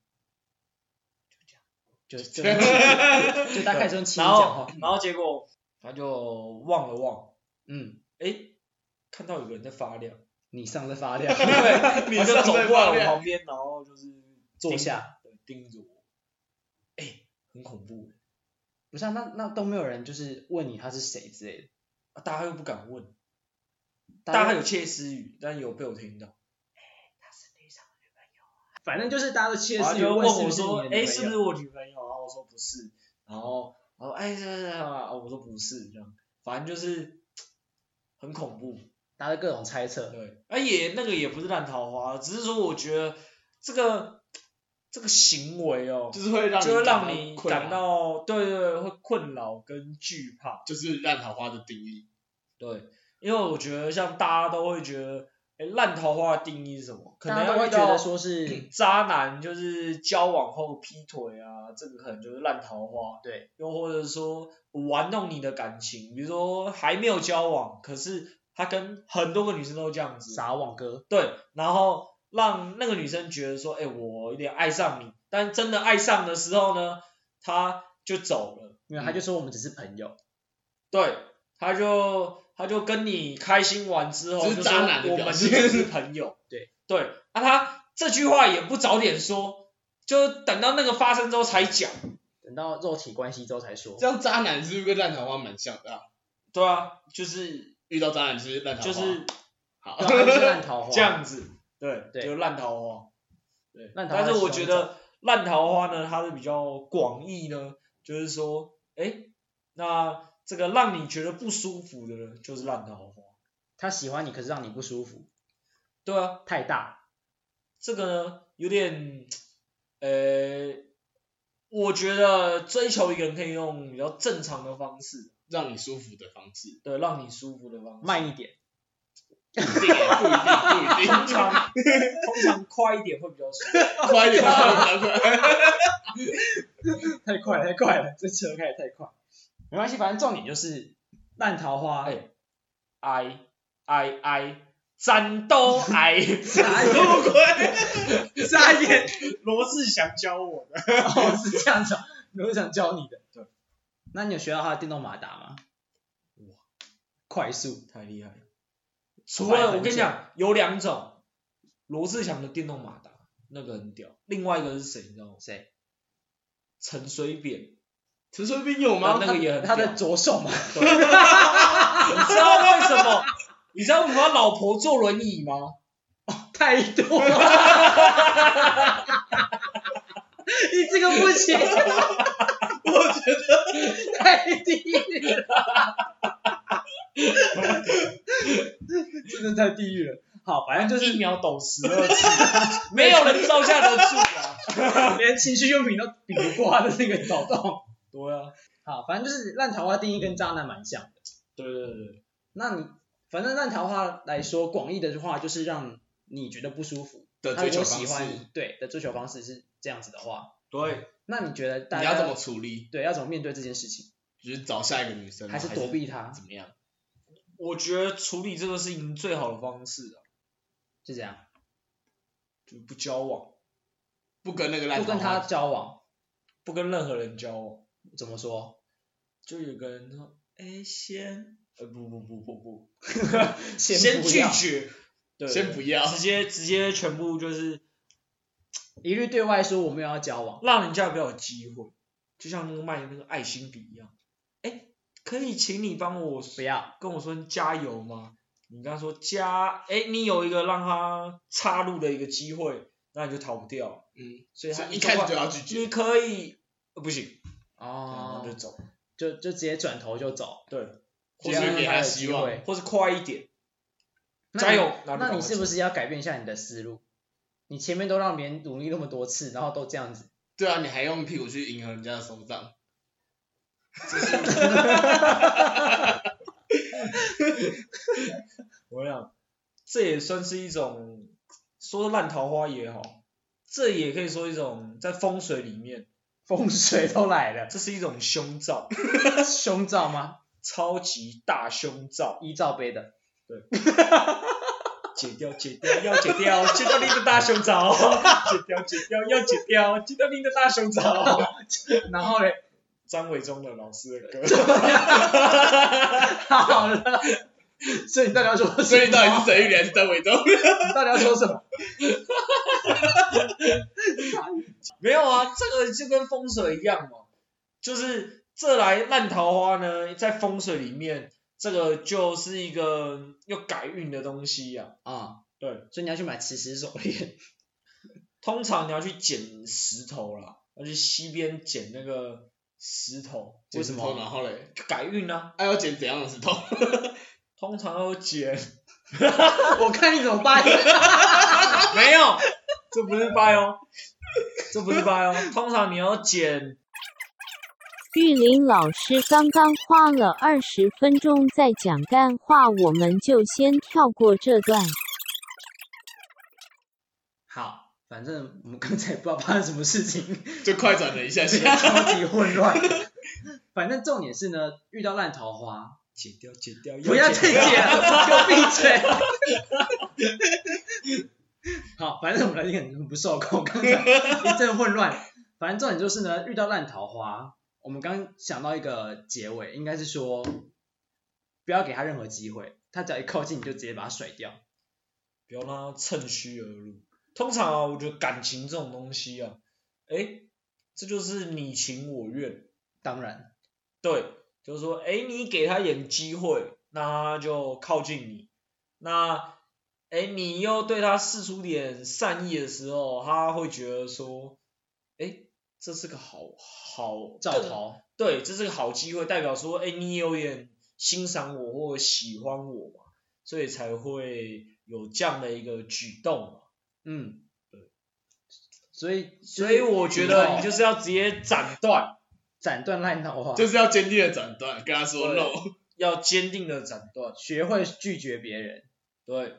Speaker 2: 就就
Speaker 3: 对
Speaker 2: 就大概这种轻
Speaker 1: 然
Speaker 2: 易讲
Speaker 1: 后
Speaker 2: 话，
Speaker 1: 然后结果他就望了望，
Speaker 2: 嗯，
Speaker 1: 诶，看到有个人在发 亮，
Speaker 2: 你上在发 亮，
Speaker 1: 对，他就走过来
Speaker 3: 上在发
Speaker 1: 我
Speaker 3: 亮
Speaker 1: 旁边，然后就是
Speaker 2: 坐
Speaker 1: 盯
Speaker 2: 下，
Speaker 1: 对盯着我，诶，很恐怖、
Speaker 2: 不是、啊、那那都没有人就是问你他是谁之类的，
Speaker 1: 啊大家又不敢问，大
Speaker 2: 大
Speaker 1: 家
Speaker 2: 家
Speaker 1: 有窃私语，但有被我听到，
Speaker 2: 反正就是大家都窃
Speaker 1: 然后
Speaker 2: 私
Speaker 1: 他
Speaker 2: 语
Speaker 1: 哦啊就问
Speaker 2: 问是
Speaker 1: 我
Speaker 2: 不是
Speaker 1: 说，
Speaker 2: 你的
Speaker 1: 诶，
Speaker 2: 女
Speaker 1: 是
Speaker 2: 朋
Speaker 1: 不是
Speaker 2: 友
Speaker 1: 我女朋友？然后我说不是，然后然后哎，是是是，啊我说不是，这样，反正就是很恐怖。
Speaker 2: 大家各种猜测，
Speaker 1: 对，啊也那个也不是烂桃花，只是说我觉得这个这个行为哦，
Speaker 3: 就是会让
Speaker 1: 就会让你
Speaker 3: 困扰
Speaker 1: 感，到对对对会困扰跟惧怕，
Speaker 3: 就是烂桃花的定义，
Speaker 1: 对，因为我觉得像大家都会觉得，哎，烂桃花的定义是什么？可
Speaker 2: 大
Speaker 1: 能
Speaker 2: 家都
Speaker 1: 要
Speaker 2: 会
Speaker 1: 遇
Speaker 2: 觉
Speaker 1: 到
Speaker 2: 得说是
Speaker 1: 渣男就是交往后劈腿啊，这个可能就是烂桃花。
Speaker 2: 对，
Speaker 1: 又或者说玩弄你的感情，比如说还没有交往，可是他跟很多个女生都这样子，
Speaker 2: 撒网哥，
Speaker 1: 对，然后让那个女生觉得说，哎、我有点爱上你，但真的爱上的时候呢，他就走了，
Speaker 2: 没有他就说我们只是朋友，
Speaker 1: 对，他就他就跟你开心完之后，就
Speaker 3: 这
Speaker 1: 是说
Speaker 3: 渣男的
Speaker 1: 我
Speaker 3: 表
Speaker 1: 们就
Speaker 3: 现
Speaker 1: 只是朋友，
Speaker 2: 对
Speaker 1: 对，啊，他这句话也不早点说，就等到那个发生之后才讲，
Speaker 2: 等到肉体关系之后才说
Speaker 3: 这，样渣男是不是跟烂桃花蛮像的啊？
Speaker 1: 对啊，就是
Speaker 3: 遇到渣男就是烂桃花，
Speaker 1: 就是
Speaker 3: 好，
Speaker 2: 对啊他就是烂桃 花，
Speaker 1: 这样子，对，
Speaker 2: 对
Speaker 1: 就烂桃花，对，
Speaker 2: 烂桃花
Speaker 1: 但是我觉
Speaker 2: 其中一
Speaker 1: 得烂桃花呢，它是比较广义呢，就是说，哎，那这个让你觉得不舒服的呢，就是烂桃花，
Speaker 2: 他喜欢你可是让你不舒服，
Speaker 1: 对啊，
Speaker 2: 太大，
Speaker 1: 这个呢有点，呃，我觉得追求一个人可以用比较正常的方式，
Speaker 3: 让你舒服的方式，
Speaker 1: 对，让你舒服的方式，
Speaker 2: 慢一点，
Speaker 3: 不一定欸不一定，不一
Speaker 1: 通
Speaker 3: 定，
Speaker 1: 常
Speaker 2: 啊
Speaker 1: 通常快一点会比较舒 服，
Speaker 3: 快点，快点，快点，
Speaker 2: 太快了太快了，这车开的太快，没关系，反正重点就是烂桃花，
Speaker 1: 哎哎哎哎，战斗哎。
Speaker 2: 傻眼， 傻眼，
Speaker 1: 罗志祥教我的。
Speaker 2: 哦，是这样子啊，我是想教你的。
Speaker 1: 对，
Speaker 2: 那你有学到他的电动马达吗？
Speaker 1: 哇，
Speaker 2: 快速，
Speaker 1: 太厉害了。除了我跟你
Speaker 2: 快
Speaker 1: 讲，有两种，罗志祥的电动马达那个很屌，另外一个是谁你知道吗？
Speaker 2: 谁？
Speaker 1: 陈水扁，
Speaker 3: 陈水扁有
Speaker 1: 那
Speaker 3: 吗？
Speaker 1: 那个也很屌。
Speaker 2: 他的左手 嘛，
Speaker 1: 你知道为什么？你知道为什么他老婆坐轮椅吗？
Speaker 2: 太多 了。你这个不行，我觉得太低了，真的太地狱了。好，反正就
Speaker 1: 一
Speaker 2: 是
Speaker 1: 秒抖十二次，没有人招架得住啊。
Speaker 2: 连情趣用品都比不过他的那个抖动。
Speaker 1: 对啊，
Speaker 2: 好，反正就是烂桃花定义跟渣男蛮像的。
Speaker 1: 对对对对，
Speaker 2: 那你反正烂桃花来说，广义的话就是让你觉得不舒服
Speaker 3: 的
Speaker 2: 他
Speaker 3: 追
Speaker 2: 如
Speaker 3: 求
Speaker 2: 果
Speaker 3: 方
Speaker 2: 喜欢
Speaker 3: 式，
Speaker 2: 你，对的追求方式是这样子的话，
Speaker 1: 对，
Speaker 2: 那你觉得大
Speaker 3: 你
Speaker 2: 家
Speaker 3: 要怎么处理？
Speaker 2: 对要怎么面对这件事情，
Speaker 3: 就是找下一个女生吗，
Speaker 2: 还是躲避他？
Speaker 3: 怎么样？
Speaker 1: 我觉得处理这个事情最好的方式啊，
Speaker 2: 是这样，
Speaker 1: 就不交往，
Speaker 3: 不跟那个烂
Speaker 2: 不
Speaker 3: 桃花
Speaker 2: 跟他交往，
Speaker 1: 不跟任何人交往。
Speaker 2: 怎么说？
Speaker 1: 就有个人说，哎，先，呃，不不不不不，
Speaker 2: 先不
Speaker 1: 拒
Speaker 2: 要，
Speaker 1: 绝，对，
Speaker 3: 先不要
Speaker 1: 直接直接全部就是
Speaker 2: 一律对外说我们要交往，
Speaker 1: 让人家比较有机会，就像那个卖那个爱心笔一样，哎，可以请你帮我
Speaker 2: 不要，
Speaker 1: 跟我说加油吗？你跟他说加，哎，你有一个让他插入的一个机会，那你就逃不掉，
Speaker 3: 嗯，
Speaker 1: 所以
Speaker 3: 所
Speaker 1: 他
Speaker 3: 以一开始就
Speaker 1: 说
Speaker 3: 要拒
Speaker 1: 你
Speaker 3: 绝，
Speaker 1: 可以，呃不行，然
Speaker 3: 啊
Speaker 2: 哦
Speaker 1: 后，就走，
Speaker 2: 就就直接转头就走，
Speaker 1: 对，
Speaker 3: 或
Speaker 2: 或
Speaker 3: 是
Speaker 2: 者
Speaker 3: 给
Speaker 2: 他
Speaker 3: 他
Speaker 2: 有
Speaker 3: 希
Speaker 2: 机
Speaker 3: 望
Speaker 2: 会。
Speaker 1: 或是快一点，
Speaker 2: 那
Speaker 1: 加
Speaker 2: 你
Speaker 1: 油，然后就赶
Speaker 2: 那
Speaker 1: 快
Speaker 2: 你是不
Speaker 1: 走
Speaker 2: 是要改变一下你的思路？你前面都让别人努力那么多次，然后都这样子，
Speaker 3: 对啊，你还用屁股去迎合人家的手掌，
Speaker 1: 我想这也算是一种说烂桃花也好，这也可以说一种在风水里面，
Speaker 2: 风水都来了，
Speaker 1: 这是一种凶兆，
Speaker 2: 胸罩吗？
Speaker 1: 超级大凶兆，
Speaker 2: 一罩杯的，
Speaker 1: 解掉解掉要解掉，解掉你的大胸罩， 解掉解掉要解掉，解掉你的大胸罩。
Speaker 2: 然后嘞，
Speaker 1: 张伟忠的老师的歌，
Speaker 2: 好了，所以你到底要说什么？
Speaker 3: 所以到底是沈玉莲，是张伟忠？
Speaker 2: 你到底要说什么？
Speaker 1: 没有啊，这个就跟风水一样嘛，就是这来烂桃花呢，在风水里面，这个就是一个要改运的东西呀、啊。
Speaker 2: 啊，
Speaker 1: 对，
Speaker 2: 所以你要去买磁石手链，
Speaker 1: 通常你要去捡石头啦，要去溪边捡那个石头，
Speaker 2: 为什
Speaker 3: 剪石头
Speaker 2: 么？
Speaker 3: 然后嘞，
Speaker 1: 改运啊，
Speaker 3: 哎，要剪怎样的石头？
Speaker 1: 通常要 捡，
Speaker 2: 我看你怎么掰。
Speaker 1: 没有，这不是掰哦，这不是掰哦，通常你要捡
Speaker 4: 玉林老师刚刚花了二十分钟在讲干话，我们就先跳过这段。
Speaker 2: 好，反正我们刚才也不知道发生什么事情，
Speaker 3: 就快转了一下下。
Speaker 2: 超级混 乱。反正重点是呢，遇到烂桃花，
Speaker 1: 解掉解掉，
Speaker 2: 不要再
Speaker 1: 剪
Speaker 2: 剪
Speaker 1: 掉
Speaker 2: 了，给 我闭嘴。好，反正我们来听很不受控，刚才一阵混乱。反正重点就是呢，遇到烂桃花，我们刚想到一个结尾，应该是说不要给他任何机会，他只要一靠近你就直接把他甩掉。
Speaker 1: 不要让它趁虚而入。通常啊，我觉得感情这种东西啊，诶，这就是你情我愿，
Speaker 2: 当然，
Speaker 1: 对，就是说，诶，你给他一点机会，那他就靠近你，那，诶，你又对他示出点善意的时候，他会觉得说，诶，这是个好好
Speaker 2: 赵
Speaker 1: 更
Speaker 2: 桃
Speaker 1: 对，这是个好机会，代表说，哎，你有点欣赏我或喜欢我嘛，所以才会有这样的一个举动嘛。
Speaker 2: 嗯，所以
Speaker 1: 所以我觉
Speaker 2: 嗯
Speaker 1: 得你就是是要直接斩断，
Speaker 2: 斩断烂啊桃花，
Speaker 3: 就是要坚定的斩断，跟他说
Speaker 1: 对
Speaker 3: no，
Speaker 1: 要坚定的斩断，
Speaker 2: 学会拒绝别人。
Speaker 1: 对，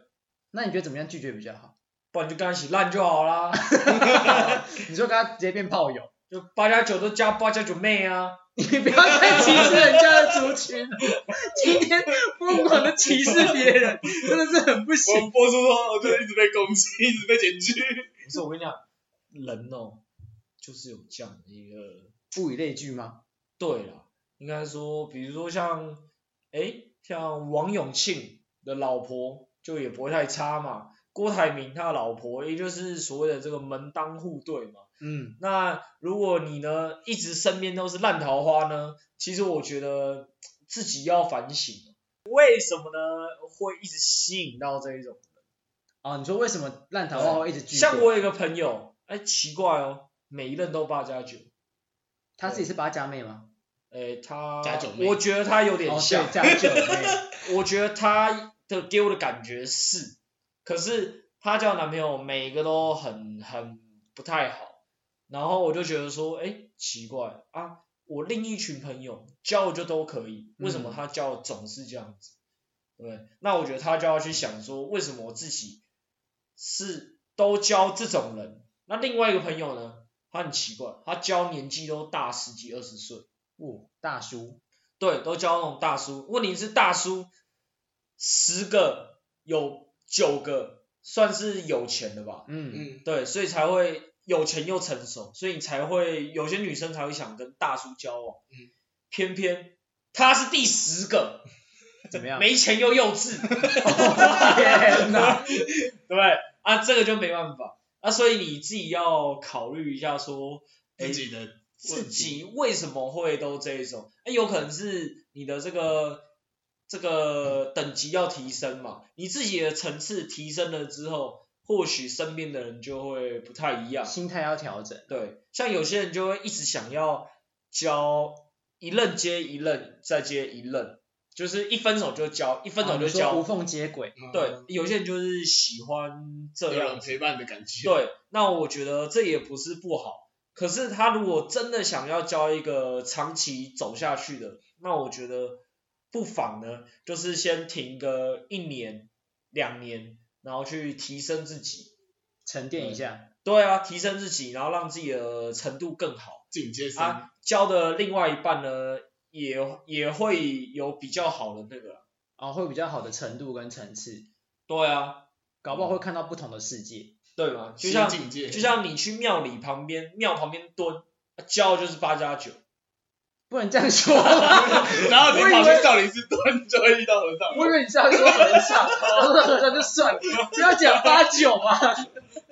Speaker 2: 那你觉得怎么样拒绝比较 好？
Speaker 1: 不然就跟他一起烂就好啦，
Speaker 2: 你说跟他直接变炮友，
Speaker 1: 就八加九都加八加九妹啊，
Speaker 2: 你不要再歧视人家的族群了。 今天疯狂的歧视别 人，真的是很不
Speaker 3: 我
Speaker 2: 行。
Speaker 3: 们播出后我就一直被攻击，一直被检举。
Speaker 1: 不是我跟你讲，人哦，就是有这样的一个
Speaker 2: 物以类聚吗？
Speaker 1: 对了，应该说，比如说像，诶，像王永庆的老婆就也不会太差嘛，郭台铭他的老婆也就是所谓的这个门当户对嘛。
Speaker 2: 嗯，
Speaker 1: 那如果你呢一直身边都是烂桃花呢，其实我觉得自己要反省，为什么呢会一直吸引到这一种？
Speaker 2: 哦，你说为什么烂桃花会一直聚？
Speaker 1: 像我，有一个朋友，哎，奇怪哦，每一任都八加九，
Speaker 2: 他自己是八家妹吗？
Speaker 1: 哎，他
Speaker 3: 加九妹
Speaker 1: 我觉得他有点
Speaker 2: 哦，
Speaker 1: 像。
Speaker 2: 对，家 九妹。
Speaker 1: 我觉得她的给我的感觉是，可是她交的男朋友每个都很很不太好，然后我就觉得说，哎，奇怪啊，我另一群朋友交的就都可以，为什么她交的总是这样子？对，那我觉得她就要去想说，为什么我自己是都交这种人？那另外一个朋友呢，他很奇怪，他交年纪都大十几二十岁。
Speaker 2: 哦，大叔，
Speaker 1: 对，都交那种大叔。问题是大叔，十个有九个算是有钱的吧？
Speaker 2: 嗯，
Speaker 3: 嗯，
Speaker 1: 对，所以才会有钱又成熟，所以你才会有些女生才会想跟大叔交往。
Speaker 3: 嗯
Speaker 1: 偏偏他是第十个，
Speaker 2: 怎么样？
Speaker 1: 没钱又幼稚，
Speaker 2: 天哪！
Speaker 1: 对啊，这个就没办法啊，所以你自己要考虑一下说，哎
Speaker 3: 自己的
Speaker 1: 自己为什么会都这一种？哎，有可能是你的这个这个等级要提升嘛，你自己的层次提升了之后，或许身边的人就会不太一样。
Speaker 2: 心态要调整。
Speaker 1: 对，像有些人就会一直想要交一任接一任再接一任，就是一分手就交，一分手
Speaker 2: 哦
Speaker 1: 就
Speaker 2: 你说
Speaker 1: 交。
Speaker 2: 无嗯缝接轨。
Speaker 1: 对，有些人就是喜欢这
Speaker 3: 有
Speaker 1: 样
Speaker 3: 啊人陪伴的感觉。
Speaker 1: 对，那我觉得这也不是不好，可是他如果真的想要交一个长期走下去的，那我觉得不妨呢，就是先停个一年、两年，然后去提升自己。
Speaker 2: 沉淀一下，
Speaker 1: 对啊，提升自己，然后让自己的程度更好
Speaker 3: 紧接上、
Speaker 1: 啊。交的另外一半呢，也也会有比较好的那个啊。
Speaker 2: 啊、会有比较好的程度跟层次，
Speaker 1: 对啊，
Speaker 2: 搞不好会看到不同的世界。
Speaker 1: 对嘛，就
Speaker 3: 新
Speaker 1: 像
Speaker 3: 境界
Speaker 1: 就像你去庙里旁边，庙旁边蹲，教就是八加九。
Speaker 2: 不能这样说，
Speaker 3: 然后你
Speaker 2: 我以
Speaker 3: 跑
Speaker 2: 为
Speaker 3: 去少林寺蹲，就会遇到和 尚。
Speaker 2: 我以为你是要说和尚，我说和尚就算了，不要讲八九嘛。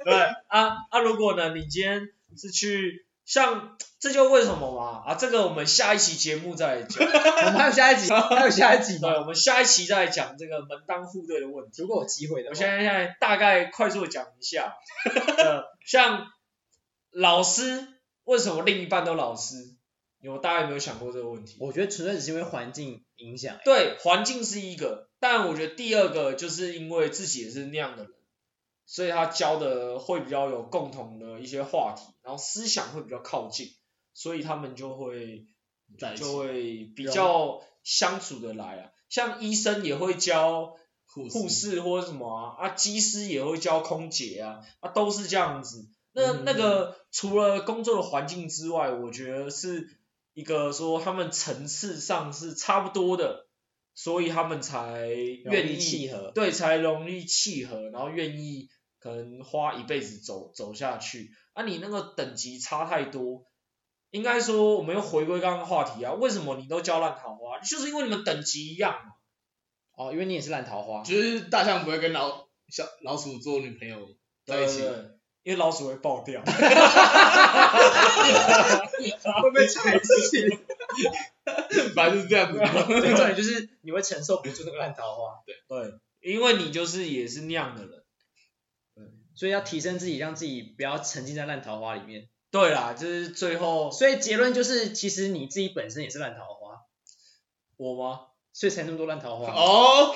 Speaker 1: 对啊啊，如果呢，你今天是去像这就为什么嘛啊，这个我们下一期节目再来讲，
Speaker 2: 我们还有下一集，还有下一集吗
Speaker 1: 对，？我们下一期再来讲这个门当户对的问题。
Speaker 2: 如果有机会的
Speaker 1: 我
Speaker 2: 话，
Speaker 1: 现在现在大概快速地讲一下，呃，像老师为什么另一半都老师？你们大家有没有想过这个问题？
Speaker 2: 我觉得纯粹只是因为环境影响、欸
Speaker 1: 对，环境是一个，但我觉得第二个就是因为自己也是那样的人，所以他教的会比较有共同的一些话题，然后思想会比较靠近，所以他们就会
Speaker 3: 在一起
Speaker 1: 就会比较相处的来啊。像医生也会教
Speaker 3: 护士
Speaker 1: 护士或者什么啊，啊，机师也会教空姐啊，啊，都是这样子。那
Speaker 2: 嗯
Speaker 1: 那个除了工作的环境之外，我觉得是一个说他们层次上是差不多的，所以他们才愿
Speaker 2: 容易
Speaker 1: 意
Speaker 2: 契合
Speaker 1: 对，才容易契合，然后愿意可能花一辈子走走下去。啊，你那个等级差太多，应该说我们又回归刚刚的话题啊，为什么你都教烂桃花？就是因为你们等级一样嘛。
Speaker 2: 哦，因为你也是烂桃花，
Speaker 3: 就是大象不会跟老小老鼠做女朋友在一起，
Speaker 1: 对对对因为老鼠会爆掉。
Speaker 2: 会被踩死。
Speaker 3: 反正就是这样子。
Speaker 2: 重点就是你会承受不住那个烂桃花，
Speaker 1: 对，因为你就是也是那样的人。
Speaker 2: 所以要提升自己，让自己不要沉浸在烂桃花里面。
Speaker 1: 对啦，就是最后
Speaker 2: 所以结论就是，其实你自己本身也是烂桃花，
Speaker 1: 我吗？
Speaker 2: 所以才那么多烂桃花。，
Speaker 3: 哦，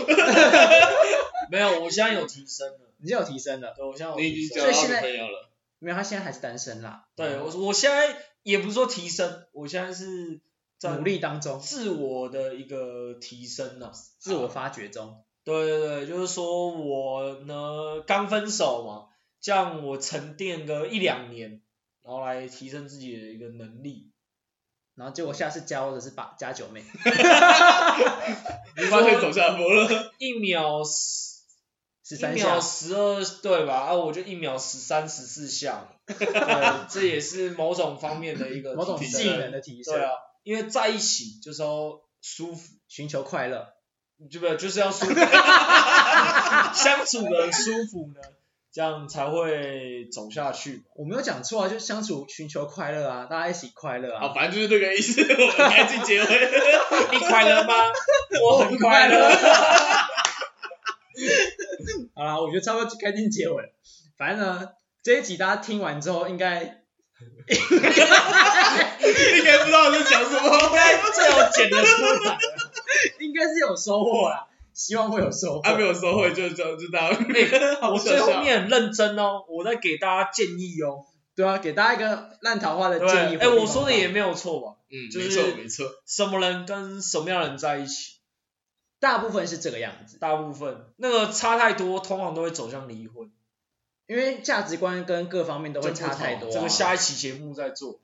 Speaker 1: 没有，我现在有提升了。
Speaker 2: 你就有提升了，
Speaker 1: 对，我现在有
Speaker 3: 你已
Speaker 1: 提
Speaker 3: 经
Speaker 1: 升
Speaker 3: 交
Speaker 1: 了。
Speaker 2: 所以
Speaker 3: 到
Speaker 2: 现
Speaker 3: 女
Speaker 2: 在
Speaker 3: 朋友了，
Speaker 2: 没有，他现在还是单身啦，
Speaker 1: 对我，我现在也不是说提升，我现在是在啊
Speaker 2: 努力当中，
Speaker 1: 自我的一个提升啊呢、
Speaker 2: 自我发掘中。
Speaker 1: 对对对，就是说我呢刚分手嘛，这样我沉淀个一两年，然后来提升自己的一个能力。
Speaker 2: 然后结果下次加我的是八加九 妹，
Speaker 3: 你发现走下坡了，
Speaker 1: 一秒十
Speaker 2: 十
Speaker 1: 一
Speaker 2: 三
Speaker 1: 秒
Speaker 2: 下，
Speaker 1: 十二对吧？啊，我就一秒十三十四 下，对，这也是某种方面的一个
Speaker 2: 某种
Speaker 1: 提
Speaker 3: 提
Speaker 1: 升
Speaker 2: 技能的提升
Speaker 1: 对，啊，因为在一起就是要舒服，
Speaker 2: 寻求快乐。
Speaker 1: 就不就是要舒服， 相处的舒服呢，这样才会走下去。
Speaker 2: 我没有讲错啊，就相处寻求快乐啊，大家一起快乐
Speaker 3: 啊，
Speaker 2: 啊，
Speaker 3: 反正就是这个意思。我们该去结婚了，
Speaker 1: 你快乐吗？我很快乐。
Speaker 2: 好啦，我觉得差不多该进结尾了。反正呢，这一集大家听完之后，应该
Speaker 3: 应该不知道我在讲 什
Speaker 1: 应
Speaker 3: 么。
Speaker 1: 该最好剪得出来。
Speaker 2: 应该是有收获啦，希望会有收获。
Speaker 1: 啊
Speaker 3: 他没有收回就就就到，
Speaker 1: 哎，我
Speaker 3: 好
Speaker 1: 最
Speaker 3: 想
Speaker 1: 后
Speaker 3: 笑。
Speaker 1: 面很认真哦，我在给大家建议哦。
Speaker 2: 对啊，给大家一个烂桃花的
Speaker 1: 对，
Speaker 2: 建议。
Speaker 1: 哎，我说的也，没有错吧？
Speaker 3: 嗯，
Speaker 1: 就
Speaker 3: 没
Speaker 1: 是
Speaker 3: 错没 错，
Speaker 1: 什么人跟什么样的人在一起，
Speaker 2: 大部分是这个样子，
Speaker 1: 大部分那个差太多，通常都会走向离婚。
Speaker 2: 因为价值观跟各方面都会差太多、啊。
Speaker 1: 这个下一期节目再做。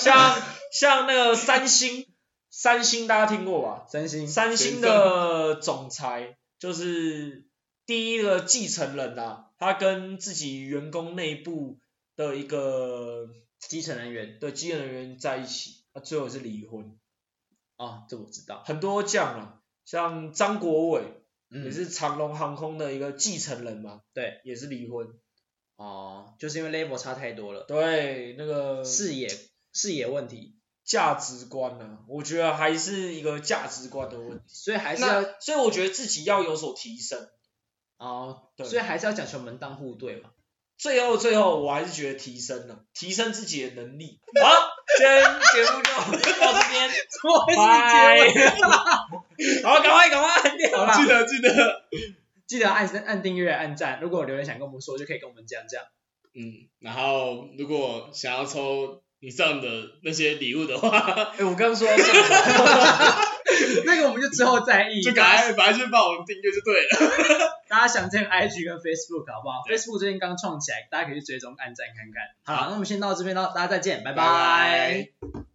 Speaker 1: 像像那个三星，三星大家听过吧？
Speaker 2: 真心
Speaker 1: 三星的总裁就是第一个继承人啊，他跟自己员工内部的一个
Speaker 2: 基层人员
Speaker 1: 的基人员在一起，啊，最后是离婚，
Speaker 2: 哦，这我知道，
Speaker 1: 很多这样啊，像张国伟、
Speaker 2: 嗯，
Speaker 1: 也是长龙航空的一个继承人嘛，
Speaker 2: 对，
Speaker 1: 也是离婚，
Speaker 2: 哦，就是因为 level 差太多了，
Speaker 1: 对，那个
Speaker 2: 视野视野问题，
Speaker 1: 价值观呢、啊，我觉得还是一个价值观的问题，
Speaker 2: 所以还是要
Speaker 1: 那所以我觉得自己要有所提升。
Speaker 2: 哦，
Speaker 1: 对
Speaker 2: 所以还是要讲求门当户对 嘛。
Speaker 1: 最后最后，我还是觉得提升了，提升自己的能力。好，今天节目就到这 边，
Speaker 2: 我
Speaker 1: 拜。 好，赶快赶快按掉
Speaker 2: 好啦
Speaker 3: 记得记得，
Speaker 2: 记得按按订阅、按赞。如果有留言想跟我们说，就可以跟我们讲讲。
Speaker 3: 嗯，然后如果想要抽以上的那些礼物的话，
Speaker 1: 哎、我刚刚说要送什么？
Speaker 2: 那个我们就之后再议。
Speaker 3: 就赶快反正就帮我们订阅就对了。
Speaker 2: 大家想见 IG 跟 Facebook 好不好
Speaker 3: 对
Speaker 2: ？Facebook 最近刚创起来，大家可以去追踪、按赞看看。好
Speaker 3: 好
Speaker 2: 那我们先到这边喽，大家再见，拜
Speaker 3: 拜
Speaker 2: 拜
Speaker 3: 拜